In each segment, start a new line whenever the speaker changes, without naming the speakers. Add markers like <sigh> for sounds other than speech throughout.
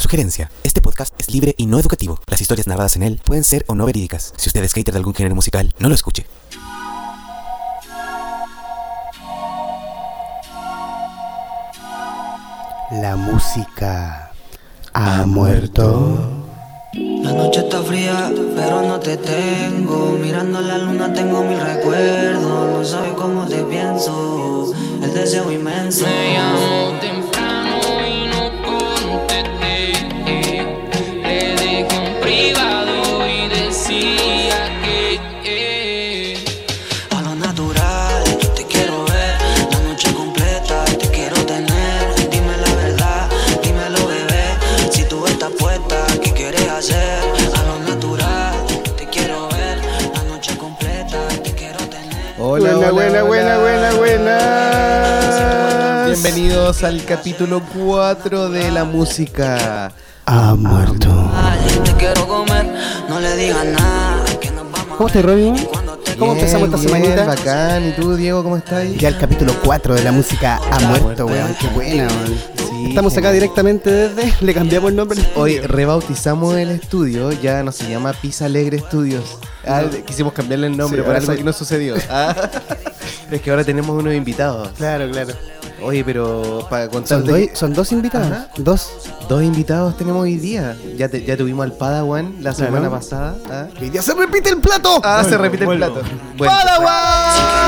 Sugerencia. Este podcast es libre y no educativo. Las historias narradas en él pueden ser o no verídicas. Si usted es hater de algún género musical, no lo escuche.
La música ha muerto.
La noche está fría, pero no te tengo. Mirando la luna tengo mil recuerdos. No sabes cómo te pienso. El deseo inmenso.
Me llamó temprano y no contesté. Le dejé un privado y decía que eh,
A lo natural, yo te quiero ver La noche completa, te quiero tener Dime la verdad, dímelo bebé Si tú estás puesta, ¿qué quieres hacer? A lo natural, te quiero ver La noche completa, te quiero tener
Hola,
Buena,
hola,
buena, buena, buena, buenas.
Bienvenidos al capítulo 4 de la música.
Ha muerto.
Ay, Te quiero comer, no le digas nada que nos vamos
¿Cómo estás, Robin? ¿Cómo
Bien,
empezamos esta
bien,
semanita?
Bacán. ¿Y tú, Diego, cómo estás? ahí?
Ya el capítulo 4 de la música ha
muerto.
muerto,
eh.
weón. Qué buena, weón.
Sí, eh.
Estamos acá
genial.
directamente desde. Le cambiamos el nombre.
Hoy rebautizamos el estudio, ya no se llama Pisa Alegre Studios. Ah, quisimos cambiarle el nombre
Sí,
por
ahora
algo
se-
que no
<laughs>
sucedió. Ah, es que ahora tenemos unos invitados.
Claro, claro.
Oye, pero para
Son,
contarte...
dos- son dos invitados.
Ajá.
Dos.
Dos invitados tenemos hoy día. Ya, te- ya tuvimos al Padawan la
Claro.
semana pasada. ah.
Hoy día se repite el plato.
Ah, se repite el plato. Bueno.
Que
pues.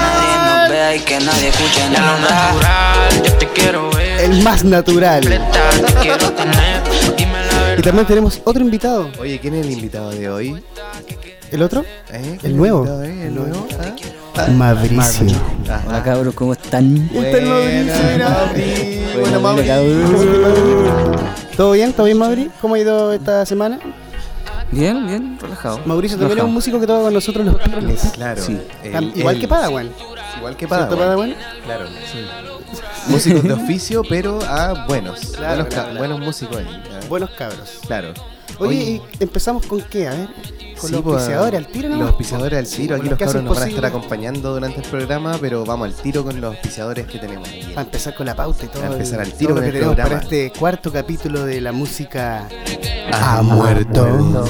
nadie nos vea y que nadie escuche
a lo
nada
natural, yo te quiero ver
El más natural.
completa, te quiero tener. Dime la
Y
verdad.
también tenemos otro invitado.
Oye, ¿quién es el invitado de hoy?
¿El otro?
¿Eh?
El nuevo.
invitado, eh? ¿El nuevo? Ah.
Mabricio.
Ah.
Hola cabros, ¿cómo están?
Este es Mauricio, mira, Mauri. Bueno, Mauri.
¿Todo bien? ¿Todo bien, Mabri? ¿Cómo ha ido esta semana?
Bien, bien, relajado.
Mauricio también es
Relajado.
un músico que toca con nosotros los Beatles.
Claro.
Sí.
el-
Tam- Igual
el-
que Padawan.
Igual que
¿Cierto,
Padawan.
Padawan?
Claro. Músicos de oficio, pero a buenos. buenos, ca-
claro, claro.
buenos músicos ahí. ah.
Buenos cabros.
Claro.
Oye, y empezamos con qué? A ver, con
sí,
los
pues,
auspiciadores al tiro, ¿no?
Los auspiciadores al tiro. Aquí
Porque
los
casi
cabros nos van a
imposible.
estar acompañando durante el programa, pero vamos al tiro con los auspiciadores que tenemos. ahí.
Para empezar con la pauta y todo.
Para empezar al
el-
tiro
todo
con
lo que
el
tenemos para
programa.
este cuarto capítulo de la música Ah,
Ha muerto.
Una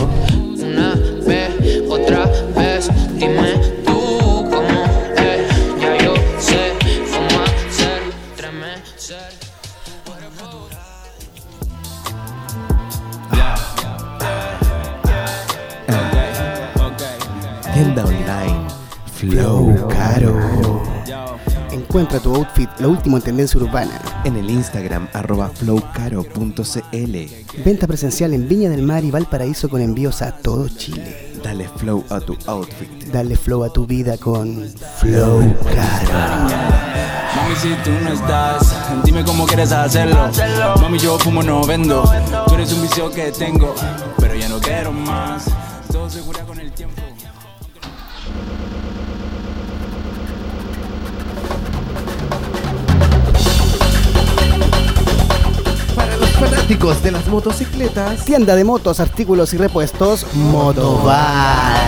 vez, otra vez, dime tú cómo es. Ya yo sé cómo hacer, tremecer.
Tienda online.
Flow
Flow
Caro. Encuentra tu outfit, lo último en tendencia urbana.
En el Instagram, arroba flowcaro.cl.
Venta presencial en Viña del Mar y Valparaíso con envíos a todo Chile.
Dale flow a tu outfit.
Dale flow a tu vida con Flow Caro.
Mami, si tú no estás, dime cómo quieres hacerlo. Mami, yo fumo, no vendo. Tú eres un vicio que tengo, pero ya no quiero más. Todo se cura con el tiempo.
Para los fanáticos de las motocicletas,
Tienda de motos, artículos y repuestos <laughs> Motoval.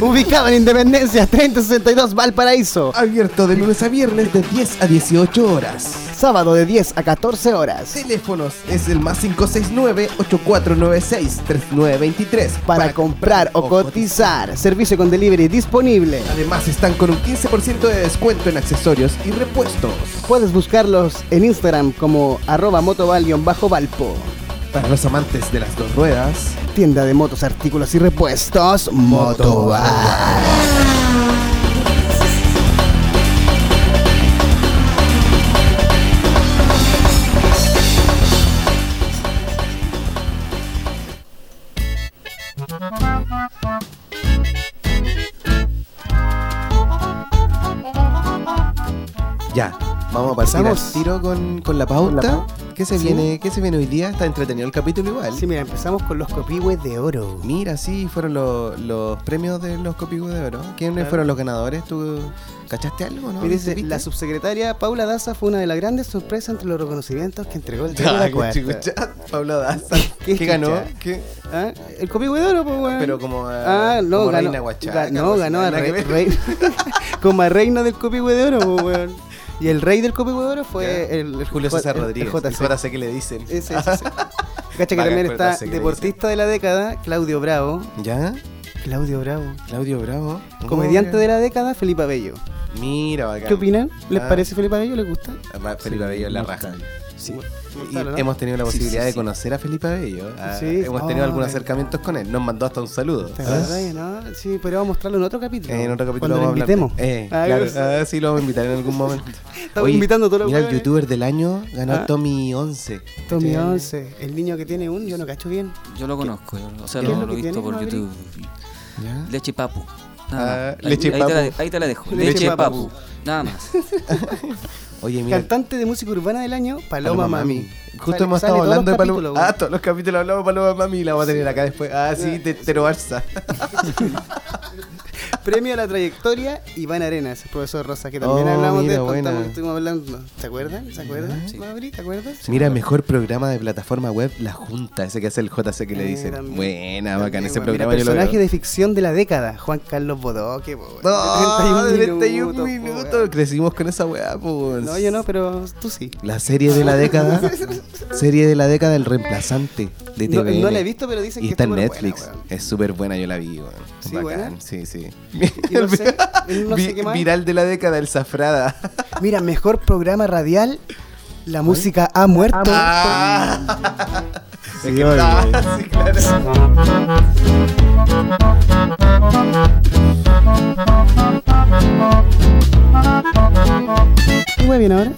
Ubicado en Independencia 3062 Valparaíso.
abierto de lunes a viernes de 10 a 18 horas.
Sábado de 10 a 14 horas.
Teléfonos es el más 569-8496-3923
Para comprar o cotizar. Servicio con delivery disponible.
Además están con un 15% de descuento en accesorios y repuestos.
Puedes buscarlos en Instagram como arroba motoval-valpo.
Para los amantes de las dos ruedas,
Tienda de motos, artículos y repuestos Motoval.
ya. Vamos a pasar
Pasamos.
al tiro con, con la pauta. ¿Qué se, viene, ¿Qué se viene hoy día? Está entretenido el capítulo igual.
Sí, mira, empezamos con los copihues de oro.
Mira, sí, fueron lo- los premios de los Copigües de Oro. ¿Quiénes fueron los ganadores? ¿Tú cachaste algo, no?
Mira, dice,
¿Supiste?
la subsecretaria Paula Daza fue una de las grandes sorpresas entre los reconocimientos que entregó el diario
<laughs> <laughs> Ah,
La
qué
Cuarta.
chucha. Pablo Daza.
<laughs> ¿Qué
¿Qué,
chucha?
ganó? ¿Qué?
¿Ah? El copihue de oro, pues, weón.
Pero como, eh,
Ah, no,
como
ganó.
reina huachaca,
ga- no,
algo así, <laughs>
<laughs> ganó a
nada que
re-
ver.
rey- como a reina del copihue de oro, pues, weón. Y el rey del Copi Huevero fue el, el
Julio
J-
César
el- el
Rodríguez.
JC.
El JC que le dicen. <laughs>
Ese, ese, ese. Cacha que
Vaga
también está
JC que le
deportista de la década, Claudio Bravo.
¿Ya?
Claudio Bravo.
Claudio Bravo.
Comediante de la década, Felipe Abello.
Mira, bacán.
¿Qué opinan? ¿Les
Ah.
parece Felipe Abello? ¿Les gusta?
Ah, Felipe Abello en la raja.
mortal.
Sí. Y
Mortal, ¿no?
hemos tenido la
Sí,
posibilidad
sí,
de
sí.
conocer a Felipe Abello. Ah,
Sí.
Hemos
Oh,
tenido algunos
me-
acercamientos con él. Nos mandó hasta un saludo.
¿Te
Ah.
acordás, no? Sí, podríamos mostrarlo en otro capítulo.
Eh, en otro capítulo
Cuando lo
vamos a hablar.
invitemos.
Eh,
Ah,
claro,
eso.
ah, sí, lo vamos a invitar en algún momento.
Estamos invitando a todos los
Mira, el
hueones.
youtuber del año ganó
Ah.
Tommy 11.
Tommy
Sí.
11, el niño que tiene un, yo no cacho bien.
Yo lo conozco, yo- o sea,
¿Qué es
lo,
lo
lo he
que
visto
tiene,
por
Rodrigo?
YouTube.
¿Ya?
Leche papu. Nada
Ah,
más. Ahí-
leche
ahí,
papu.
Te la, de- ahí te la dejo.
Leche
Leche,
papu.
papu. Nada
<laughs>
más.
Oye, mira.
Cantante de música urbana del año, Paloma, Mami.
Justo
Sale-
hemos
sale
estado
todos los
hablando de
capítulos,
Paloma.
güey.
Ah, todos los capítulos hablamos de Paloma Mami y la vamos a tener acá después. Ah, sí, te, Tero Barça.
Premio a la trayectoria, Iván Arenas, profesor Rosa, que también
Oh,
hablamos de
mira,
él cuando
buena.
estábamos- estuvimos hablando. ¿Se acuerdan? ¿Se acuerdan? Mabri, ¿te acuerdas?
Mira, mejor programa de plataforma web, La Junta, ese que hace el JC que le
Eh,
dicen.
también.
Buena,
También,
bacán, ese
bueno, mira,
programa yo lo
personaje
veo.
de ficción de la década, Juan Carlos Bodoque, po, de
No, de 31
po,
minutos,
weón.
crecimos con esa weá, pues.
No, yo no, pero tú sí.
La serie
<laughs>
de la década, serie de la década, El Reemplazante, de
No,
TVN.
no la he visto, pero dicen
Y
que
está en
estuvo buena,
Netflix.
weón.
es súper buena, yo la vi, weón.
¿Sí,
Bacán,
buena?
sí, sí.
Y
<laughs>
no sé- no sé
Vi-
qué más.
Viral de la década, El
<laughs>
Zafrada. <laughs>
Mira, mejor programa radial, la música ha muerto.
Ah. Es que- ah, <laughs> sí, claro.
¿Qué bien ahora?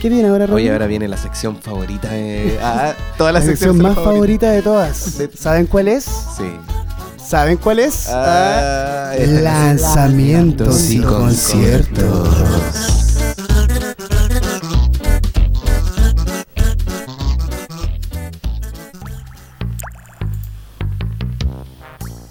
¿Qué viene ahora, Rob?
Oye, ahora viene la sección favorita de. Ah, toda la,
la sección más
favorita.
favorita de todas.
De-
¿Saben cuál es?
Sí.
¿Saben cuál es?
Ah,
Ah, lanzamientos y conciertos.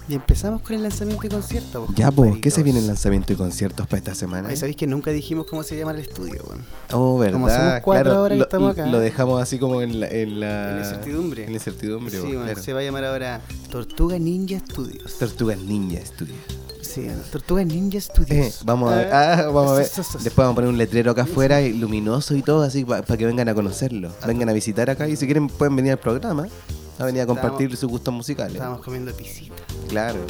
Y empezamos con el lanzamiento y concierto.
Ya, pues, ¿qué se viene en
lanzamiento?
lanzamiento y conciertos para esta semana?
Ay, sabéis que nunca dijimos cómo se llama el estudio, weón.
Oh, verdad.
Como somos cuatro
claro,
ahora que
lo,
estamos acá.
Lo dejamos así como en la. En la,
En la incertidumbre.
En la incertidumbre,
Sí,
pues,
weón,
claro.
Se va a llamar ahora Tortuga Ninja Studios.
Tortugas Ninja Studios.
Sí, weón, Tortuga Ninja
Eh,
Studios.
vamos a ver,
Ah,
ah, vamos a ver.
eso, eso, eso.
Después vamos a poner un letrero acá afuera, y luminoso y todo, así para que vengan a conocerlo. Vengan a visitar acá y si quieren pueden venir al programa. A venir a compartir sus gustos musicales.
Estábamos comiendo pisita.
Claro.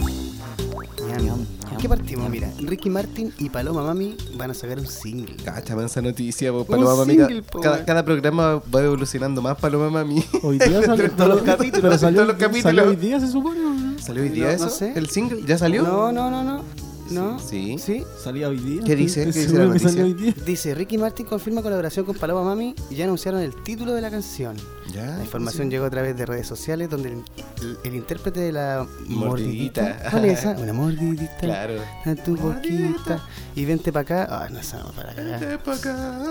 Ñam. ¿Con qué partimos? Mira, Ricky Martin y Paloma Mami van a sacar un single.
Cáchame esa noticia, po,
Un
Paloma Mami.
single,
Ca-
po,
cada,
weón.
cada programa va evolucionando más, Paloma Mami.
Hoy día
<laughs>
salió.
todos los capítulos,
pero salió,
todos los capítulos.
salió hoy día, se supone. ¿o no?
¿Salió hoy día
No,
eso?
no sé.
¿El single? ¿Ya salió?
No, no, no, no. ¿No?
Sí.
¿Sí?
Salía hoy día.
¿Qué dice?
estoy
¿Qué dice
seguro
la
que
noticia?
salió hoy día.
Dice, Ricky Martin confirma colaboración con Paloma Mami y ya anunciaron el título de la canción.
Ya.
La información llegó a través de redes sociales donde el, el- el intérprete de la
Mordidita.
mordidita.
<laughs>
¿Cuál es esa? Una mordidita.
Claro.
A tu boquita. Y vente para acá. Ah, no estamos para cagar.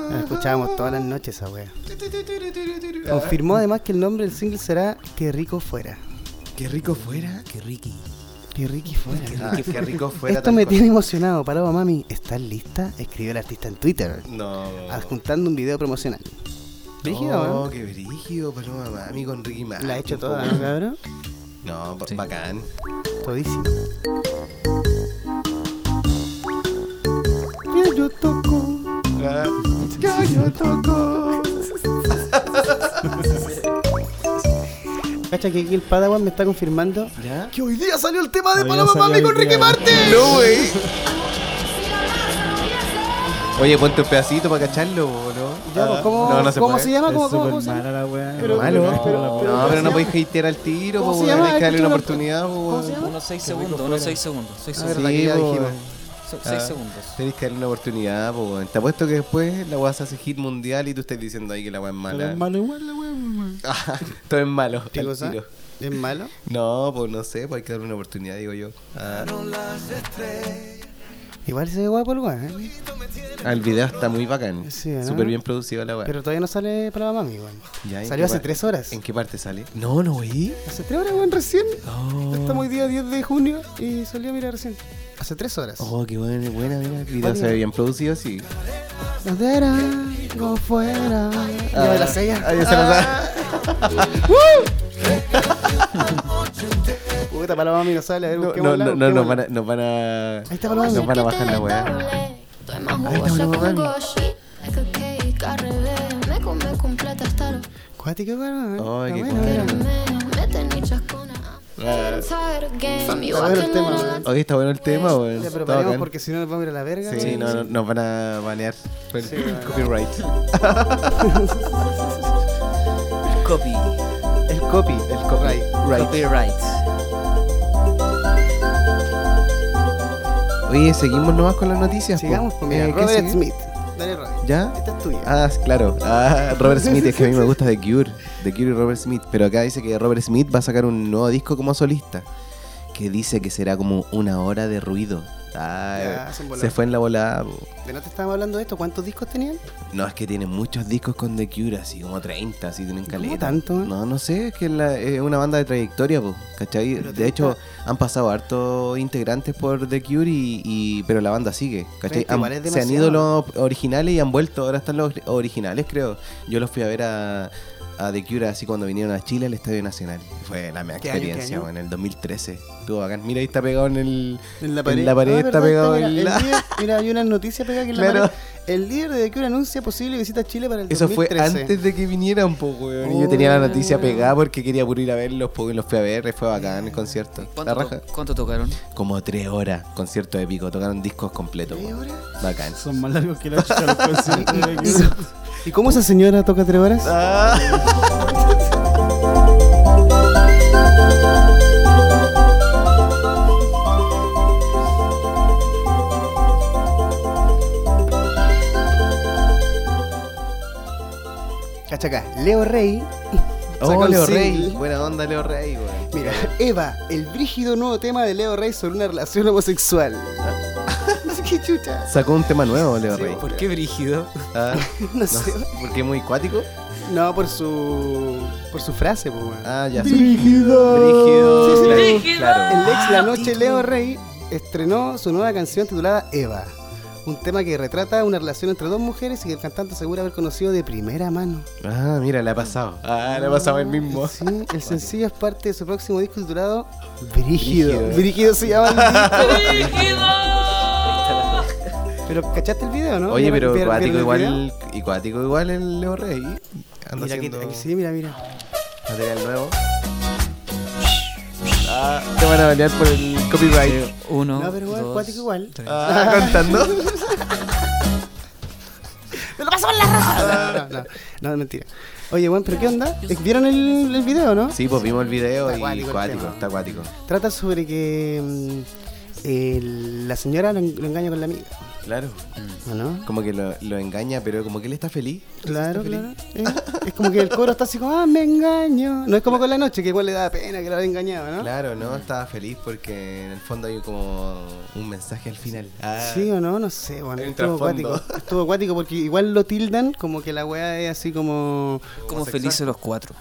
La escuchábamos todas las noches esa wea. Confirmó además que el nombre del single será Qué rico fuera.
Qué rico fuera. Qué rico.
Qué rico fuera.
Ah, qué rico fuera.
Esto
tal
me
cosa.
tiene emocionado. Paloma Mami, ¿estás lista? Escribió el artista en Twitter,
No.
adjuntando un video promocional. Brígido,
No,
¿no?
qué brígido, Paloma Mami con Ricky Martin.
La ha hecho
po,
toda, ¿no,
weón.
cabrón?
No, pa-
Sí.
bacán.
Todísimo. Ya yo toco.
Ya yo toco.
<laughs> Cacha que aquí el Padawan me está confirmando
¿Ya?
que hoy día salió el tema de
Hoy día
Paloma
salió
Mami
hoy
con Ricky
día.
Martin.
No, güey.
<laughs>
Oye, ponte un pedacito para cacharlo, ¿o ¿no?
Ya, pues, ¿cómo,
no, no se
¿cómo
puede.
se llama?
Es
¿Cómo, cómo,
súper
cómo se llama?
mala la weá.
Pero-
Malo,
No,
¿eh?
pero- pero-
No, pero no podéis hatear al tiro,
¿Cómo
po,
se
weón.
llama?
Hay que darle una
Escúchame.
oportunidad, po,
¿Cómo se
weón.
llama?
Unos 6 segundos, unos 6 segundos. 6
Ah,
segundos.
verdad que ya
Sí, po,
dijimos.
so- seis
Ah.
segundos.
Tenés que darle una oportunidad, po, weón. Te apuesto que después la weá se hace hit mundial y tú estás diciendo ahí que la weá es
pero
mala.
es malo igual la weá, weón.
<laughs> Ah, Todo es malo. al
¿Qué cosa?
tiro.
¿Es malo?
No, pues no sé, pues hay que darle una oportunidad, digo yo. Ah,
Igual se ve guapo el weón, ¿eh?
ah, el video está muy bacán.
Sí, ¿no?
Súper bien producido la weá.
Pero todavía no sale Paloma Mami, weón.
Ya, ¿en
Salió
qué
hace
par-
tres horas.
¿En qué parte sale? No, no oí.
Hace tres horas, weón, recién. Estamos hoy día 10 de junio y salió, mira, recién. Oh. Hace tres horas.
Oh, qué buena, buena, mira. El video se ve bien producido, sí.
Nos darán como fuera. Ya me la sé ya.
Ah, ya se lo sabe.
<laughs> Puta, Paloma Mami no sale. A ver,
No,
busquémosla,
no, no, no, nos
busquémosla.
van a, nos van a,
Ahí está Paloma
nos
Mami.
van a bajar la weá.
Tú eres más jugosa que un goshi. Es que cake al revés. Me come completa hasta los
Cuático, weón.
Ay,
Está
qué
bueno,
cuático.
weón.
menos. Me tenés chascona. I'm tired of games. You
bueno Eh. el
walking
tema,
on a-
weón.
Oye, está bueno el tema, weón.
Ya, pero
Está
paremos
bacán.
porque si no nos vamos a ir a la verga.
Sí,
weón.
no, no, nos van a banear por el
Sí, weón.
copyright.
Copy.
El copy, el copyright.
Copyright.
Oye, seguimos nomás con las noticias. po.
Sigamos con pues, mira,
Eh, ¿qué
Robert
sigue?
Smith. Dale, Robert.
¿Ya?
Esta es tuya.
Ah, claro. Ah, <laughs> Robert Smith, es que a mí me gusta The Cure. The Cure y Robert Smith. Pero acá dice que Robert Smith va a sacar un nuevo disco como solista. Que dice que será como una hora de ruido. Ay,
Ya, se emboló.
se fue en la volada. po.
Ah, ¿De no te estábamos hablando de esto? ¿Cuántos discos tenían?
No, es que tienen muchos discos con The Cure, así como 30, así tienen caleta.
tanto?
No, no sé, es que la- es una banda de trayectoria, po, ¿cachai?
Pero
De
30.
hecho, han pasado hartos integrantes por The Cure, y, y- pero la banda sigue, ¿cachai?
30 igual
Han-
es
se han
demasiado.
ido los originales y han vuelto, ahora están los originales, creo. Yo los fui a ver a, a The Cure así cuando vinieron a Chile al Estadio Nacional. Fue la mega
¿Qué año, qué
experiencia,
año?
po, en el 2013. Estuvo bacán. Mira, ahí está pegado en el...
En la Ah,
pared. la pared está pegado
mira,
el-
el líder- mira, hay una noticia pegada aquí en la
Claro.
pared. El líder de The Cure anuncia posible visita a Chile para el
Eso fue
2013.
antes de que vinieran, po, weón. Y yo tenía la noticia pegada porque quería puro ir a verlos, po, y los fui a ver, fue bacán el concierto. La
¿Cuánto,
raja.
to- cuánto tocaron?
Como tres horas, concierto épico, tocaron discos completos, po.
¿Tres horas?
Bacán.
Son más largos que la chica de los conciertos de aquí.
¿Y cómo esa señora toca tres horas? Cachaca, Leo Rey.
Oh,
sacó el
Leo
single.
Rey. Buena onda, Leo Rey, weón.
Mira, Eva, el brígido nuevo tema de Leo Rey sobre una relación homosexual. ¿Ah? <laughs> ¡Qué chucha!
Sacó un tema nuevo, Leo
Sí,
Rey.
po.
¿Por qué brígido?
Ah,
No
no
sé.
sé, porque es muy cuático.
No, por su. por su frase, pues, weón.
Ah, ya. Brígido.
Sí, sí,
Brígido. claro, claro.
El ex La Noche Leo Rey estrenó su nueva canción titulada Eva, un tema que retrata una relación entre dos mujeres y que el cantante asegura haber conocido de primera mano.
Ah, mira, le ha pasado. Ah, le ha pasado el mismo.
Sí, el sencillo es parte de su próximo disco titulado Brígido.
Brígido.
Brígido se <laughs> llama el disco. Pero cachaste el video, ¿no?
Oye, pero
¿Vieron- vieron-
cuático
vieron el video?
igual, y cuático igual el Leo Rey. Anda
Mira, aquí,
haciendo
aquí sí, mira, mira.
material nuevo. Ah, te van a banear por el copyright.
Uno.
No, pero igual,
dos,
cuático igual.
tres.
Ah, contando.
¡Me lo pasó en la raja! No, no, no, no, no, mentira. Oye, bueno, pero ¿qué onda? ¿Vieron el, el video, no?
Sí, pues vimos el video
Está
y
acuático el
cuático,
tema.
está acuático.
Trata sobre que mm, el- la señora lo, en- lo engaña con la amiga,
Claro.
¿o ¿no?
Como que lo, lo engaña, pero como que él está feliz.
Claro, claro. Eh, es como que el coro está así como, ah, me engaño. No es como con la noche, que igual le da pena que la había engañado, ¿no?
Claro, ¿no? Estaba feliz porque en el fondo hay como un mensaje al final. Ah,
Sí o no, no sé, bueno,
Hay un
estuvo
trasfondo.
acuático. Estuvo acuático porque igual lo tildan como que la weá es así como...
Como felices los cuatro.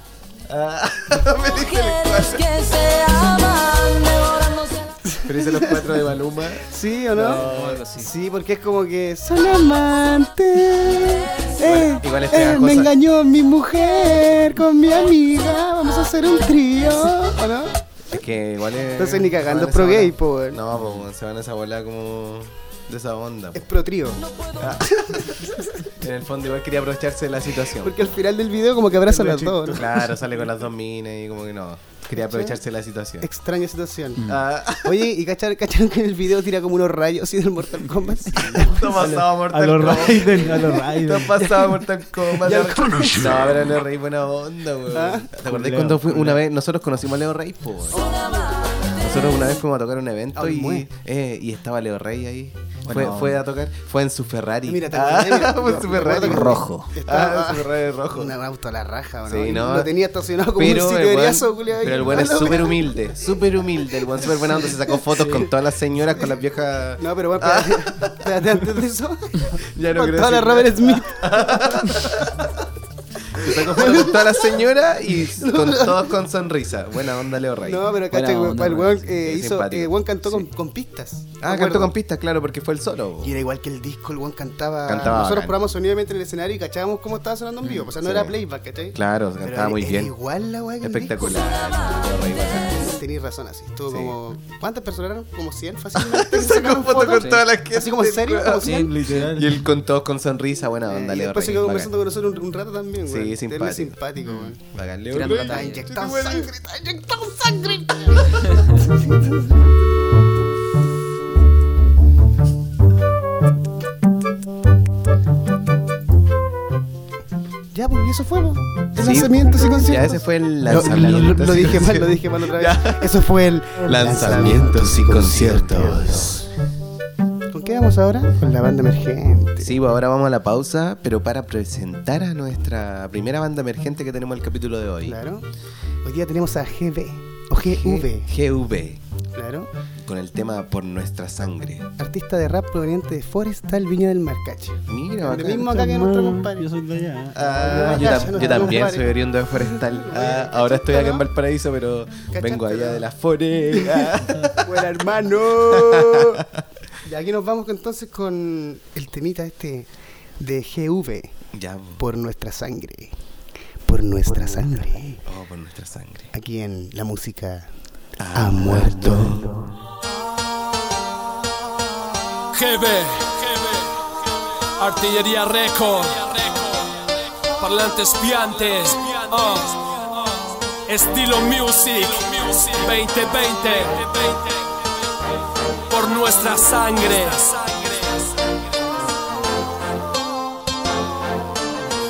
ah, <laughs>
quieres que se aman, devorándose la-
feliz de los cuatro de Maluma. Ah.
¿Sí o no?
O algo así.
Sí, porque es como que son amantes. Eh,
igual es
eh,
pegajosa.
me engañó mi mujer con mi amiga. Vamos a hacer un trío. ¿O no?
Es que igual es.
Entonces ni cagando
se van
pro
a esa
gay,
bola.
po, weón.
No, po, weón, se van a esa bola como. de esa onda. po.
Es pro trío.
En el fondo igual quería aprovecharse de la situación.
Porque al final del video como que abrazan las dos. ¿no?
Claro, sale con las dos minas y como que no. Quería aprovecharse de la situación.
Extraña situación.
Ah,
Oye, ¿y cachar- cacharon que en el video tira como unos rayos así del Mortal Kombat? <laughs>
esto pasaba
A
Mortal
los
Kombat. <laughs>
Raiden, a los
Esto
Raiden.
pasaba Mortal Kombat.
Ya
No,
lo conocí. Ah.
pero Leo Rey buena onda, weón. ¿Te acordás
Leo,
cuando fue
Leo.
una vez? Nosotros conocimos a Leo Rey, po, weón. Nosotros una vez fuimos a tocar un evento
Ay,
y,
mue.
eh, y estaba Leo Rey ahí. Fue-
Bueno.
fue, a tocar, fue en su Ferrari.
Mira,
<laughs>
te
ah,
acordás, mira.
fue en su Ferrari
Recuerdo que-
rojo.
Estaba-
Ah, su Ferrari rojo.
Un auto a la raja, ¿o ¿no?
Sí, no.
Lo tenía estacionado como
Pero
un
el, buen,
sicariazo, culiao, ahí.
pero
<laughs>
el buen es
Ah, no,
súper humilde, súper humilde. El buen súper buena onda se
<laughs>
sacó fotos con todas las señoras, con las viejas.
No, pero
Ah.
bueno, espérate,
<laughs>
espérate, antes de eso.
Ya no
con
creo
toda la
decir
Robert Smith.
<laughs> Se sacó foto con toda la señora y con
<laughs>
todos con sonrisa. Buena onda, Leo Rey. Ah,
No, pero
Buena
cacha, que
onda,
el
weón.
weón eh,
Sí,
hizo.
simpático.
eh, weón cantó
Sí.
con, con pistas. ¿te
Ah,
acuerdas?
cantó con pistas, claro, porque fue el solo.
Y era igual que el disco, el weón cantaba.
Cantaba
Nosotros
bacán. Mm,
probamos sonidamente en el escenario y cachábamos cómo estaba sonando en vivo. pues, O sea, no
sí.
era playback, ¿cachai?
Claro,
Pero
cantaba
era-
muy
era
bien.
Igual la weá que el
Espectacular. Leo Rey, bacán.
disco. Tenías razón, así. Estuvo
Sí.
como. ¿Cuántas personas eran? Como 100 fácilmente. <laughs>
Se sacó foto con todas las que.
Así como en serio, como 100.
Literal.
Y él con todos con sonrisa, buena
Eh,
onda,
y
Leo
después
Rey.
se quedó
bacán.
conversando con nosotros un, un rato también,
Sí,
weón. Terrible
simpático. Mm.
simpático, weón.
Bacán, Leo
Tirando
Rey.
Está
Ay,
inyectado sangre, está inyectado sangre. Ya, pues, y eso fue, po. El
Sí.
lanzamiento ese concierto.
Ya, ese fue el
Lo-
lanzamiento.
Lo, lo- lo dije mal, lo
dije
dije mal otra vez. Eso
<laughs>
fue el
Lanzamientos y conciertos.
¿Con qué vamos ahora? Con la banda emergente.
Sí, pues ahora vamos a la pausa, pero para presentar a nuestra primera banda emergente que tenemos el capítulo de hoy.
Claro. Hoy día tenemos a GB o GV,
GV,
claro.
con el tema Por Nuestra Sangre.
Artista de rap proveniente de Forestal Viña del Marcache.
Mira,
Lo
bacán.
mismo acá que nuestro compadre.
Yo soy de allá.
Ah,
Ah,
yo,
ya,
tam-
ya no
yo
estamos
también
pares.
soy oriundo de Forestal.
<laughs>
Ah, ahora estoy acá en Valparaíso, pero vengo allá
no?
de la Fore.
<laughs>
Ah.
Buen hermano. Y aquí nos vamos entonces con el temita este de GV
ya, pues.
por nuestra sangre. Por nuestra sangre.
oh, por nuestra sangre.
Aquí en la música
Ah,
ha muerto.
GB, Artillería Record, Parlantes Piantes, ah. Estilo Music 2020, por nuestra sangre.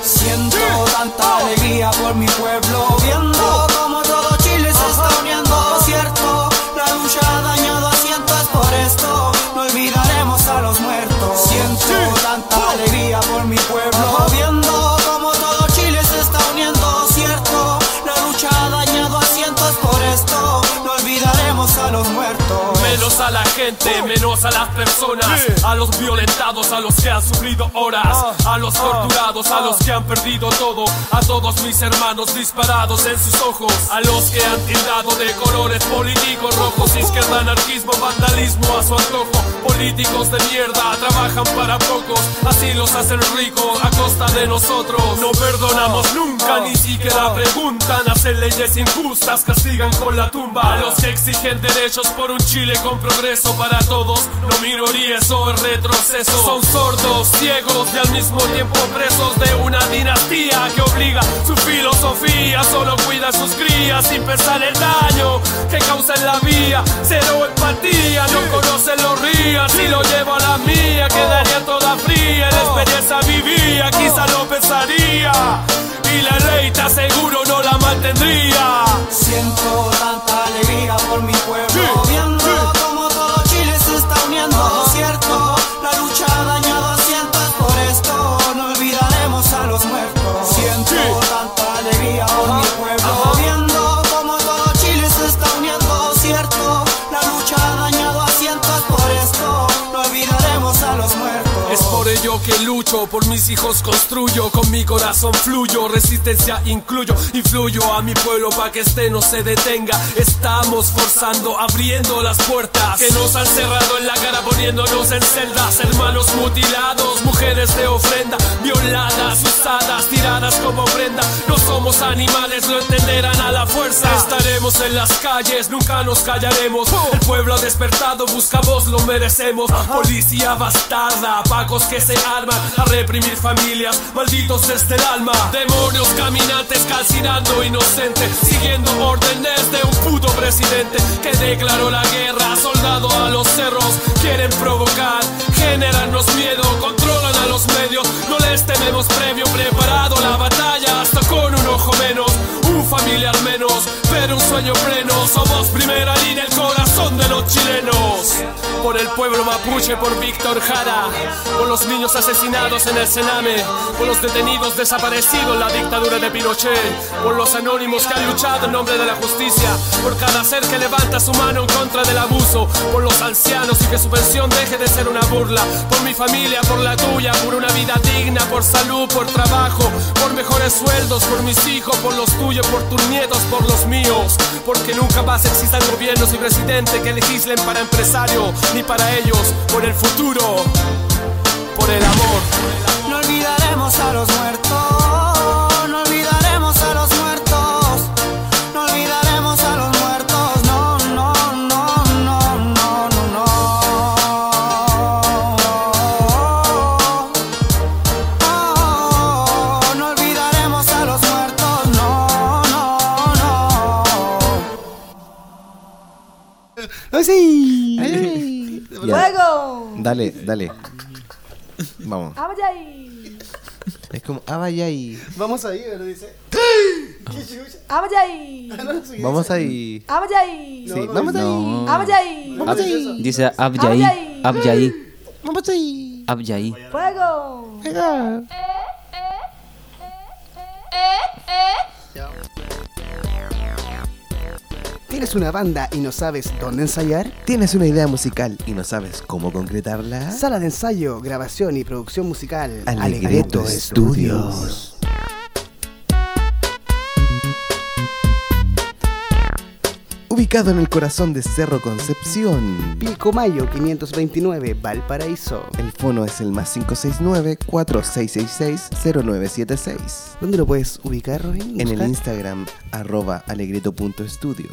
Siento tanta alegría por mi pueblo Viendo como todo Chile se está uniendo Cierto, la lucha ha dañado a cientos Por esto no olvidaremos a los muertos Siento tanta alegría por mi pueblo Viendo como todo Chile se está uniendo Cierto, la lucha ha dañado a cientos Por esto no olvidaremos a los muertos
Menos a la gente, menos a las personas, a los violentados, a los que han sufrido horas, a los torturados, a los que han perdido todo, a todos mis hermanos disparados en sus ojos, a los que han tildado de colores políticos rojos, izquierda, anarquismo, vandalismo a su antojo, políticos de mierda, trabajan para pocos, así los hacen ricos a costa de nosotros. No perdonamos nunca, ni siquiera preguntan, hacen leyes injustas, castigan con la tumba a los que exigen derechos por un Chile con progreso para todos, no minorías o retroceso. Son sordos, ciegos y al mismo tiempo presos de una dinastía que obliga su filosofía, solo cuida a sus crías sin pensar el daño que causa en la vía. Cero empatía, no conocen los rías, si lo llevo a la mía, quedaría toda fría. La experiencia vivía, quizá lo pensaría. Y la ley te aseguro no la mantendría.
Siento tanta alegría por mi pueblo
Sí,
Viendo
sí.
como todo Chile se está uniendo Cierto, la lucha ha dañado a cientos Por esto no olvidaremos a los muertos Siento
Sí.
tanta alegría por mi pueblo Viendo como todo Chile se está uniendo Cierto, la lucha ha dañado a cientos Por esto no olvidaremos a los muertos
Es por ello que lucho, por mis hijos construyo, con mi corazón fluyo, resistencia incluyo, influyo a mi pueblo para que este no se detenga. Estamos forzando, abriendo las puertas que nos han cerrado en la cara, poniéndonos en celdas. Hermanos mutilados, mujeres de ofrenda, violadas, usadas, tiradas como prenda. No somos animales, lo entenderán a la fuerza. Estaremos en las calles, nunca nos callaremos. El pueblo ha despertado, buscamos, lo merecemos. Policía bastarda, pacos que se arman a reprimir familias, malditos desde el alma. Demonios caminantes calcinando inocentes, siguiendo órdenes de un puto presidente que declaró la guerra, soldado a los cerros. Quieren provocar, generarnos miedo, controlan a los medios. No les tememos previo, preparado la batalla, hasta con un ojo menos. Un familia al menos, pero un sueño pleno. Somos primera línea, el corazón de los chilenos. Por el pueblo mapuche, por Víctor Jara, por los niños asesinados en el Sename, por los detenidos desaparecidos en la dictadura de Pinochet, por los anónimos que han luchado en nombre de la justicia, por cada ser que levanta su mano en contra del abuso, por los ancianos y que su pensión deje de ser una burla, por mi familia, por la tuya, por una vida digna, por salud, por trabajo, por mejores sueldos, por mis hijos, por los tuyos, por tus nietos, por los míos, porque nunca más existan gobiernos y presidentes que legislen para empresarios, ni para ellos, por el futuro, por el amor.
No olvidaremos a los muertos, no olvidaremos a los muertos, no olvidaremos a los muertos, no, no, no, no, no, no, no. Oh, no olvidaremos a los muertos, no, no, no.
¡Oh, sí!
Ya, Dale, dale. Vamos.
¡Vamos ¡Ah, ahí!
Es como, ah, vaya ahí.
Vamos ahí, pero dice. ¿Qué chucha?
¡Vamos ¡Ah, ahí!
<laughs> No, no sé qué
Vamos ahí.
¡Vamos ahí!
Sí, vamos ahí.
¡Vamos ahí! ¡Ah,
dice. Vamos a hacer eso.
Dice Abjaí,
Abjaí.
Abjaí,
Vamos ahí.
Abjaí.
¡Fuego!
Eh,
¿Tienes una banda y no sabes dónde ensayar?
¿Tienes una idea musical y no sabes cómo concretarla?
Sala de ensayo, grabación y producción musical.
Alegreto
Alegreto
Studios.
Studios.
Ubicado en el corazón de Cerro Concepción.
Pico Mayo 529, Valparaíso.
El fono es el más 569-4666-0976.
¿Dónde lo puedes ubicar, Robin?
En el
Buscar.
Instagram, arroba <laughs> alegreto.estudio.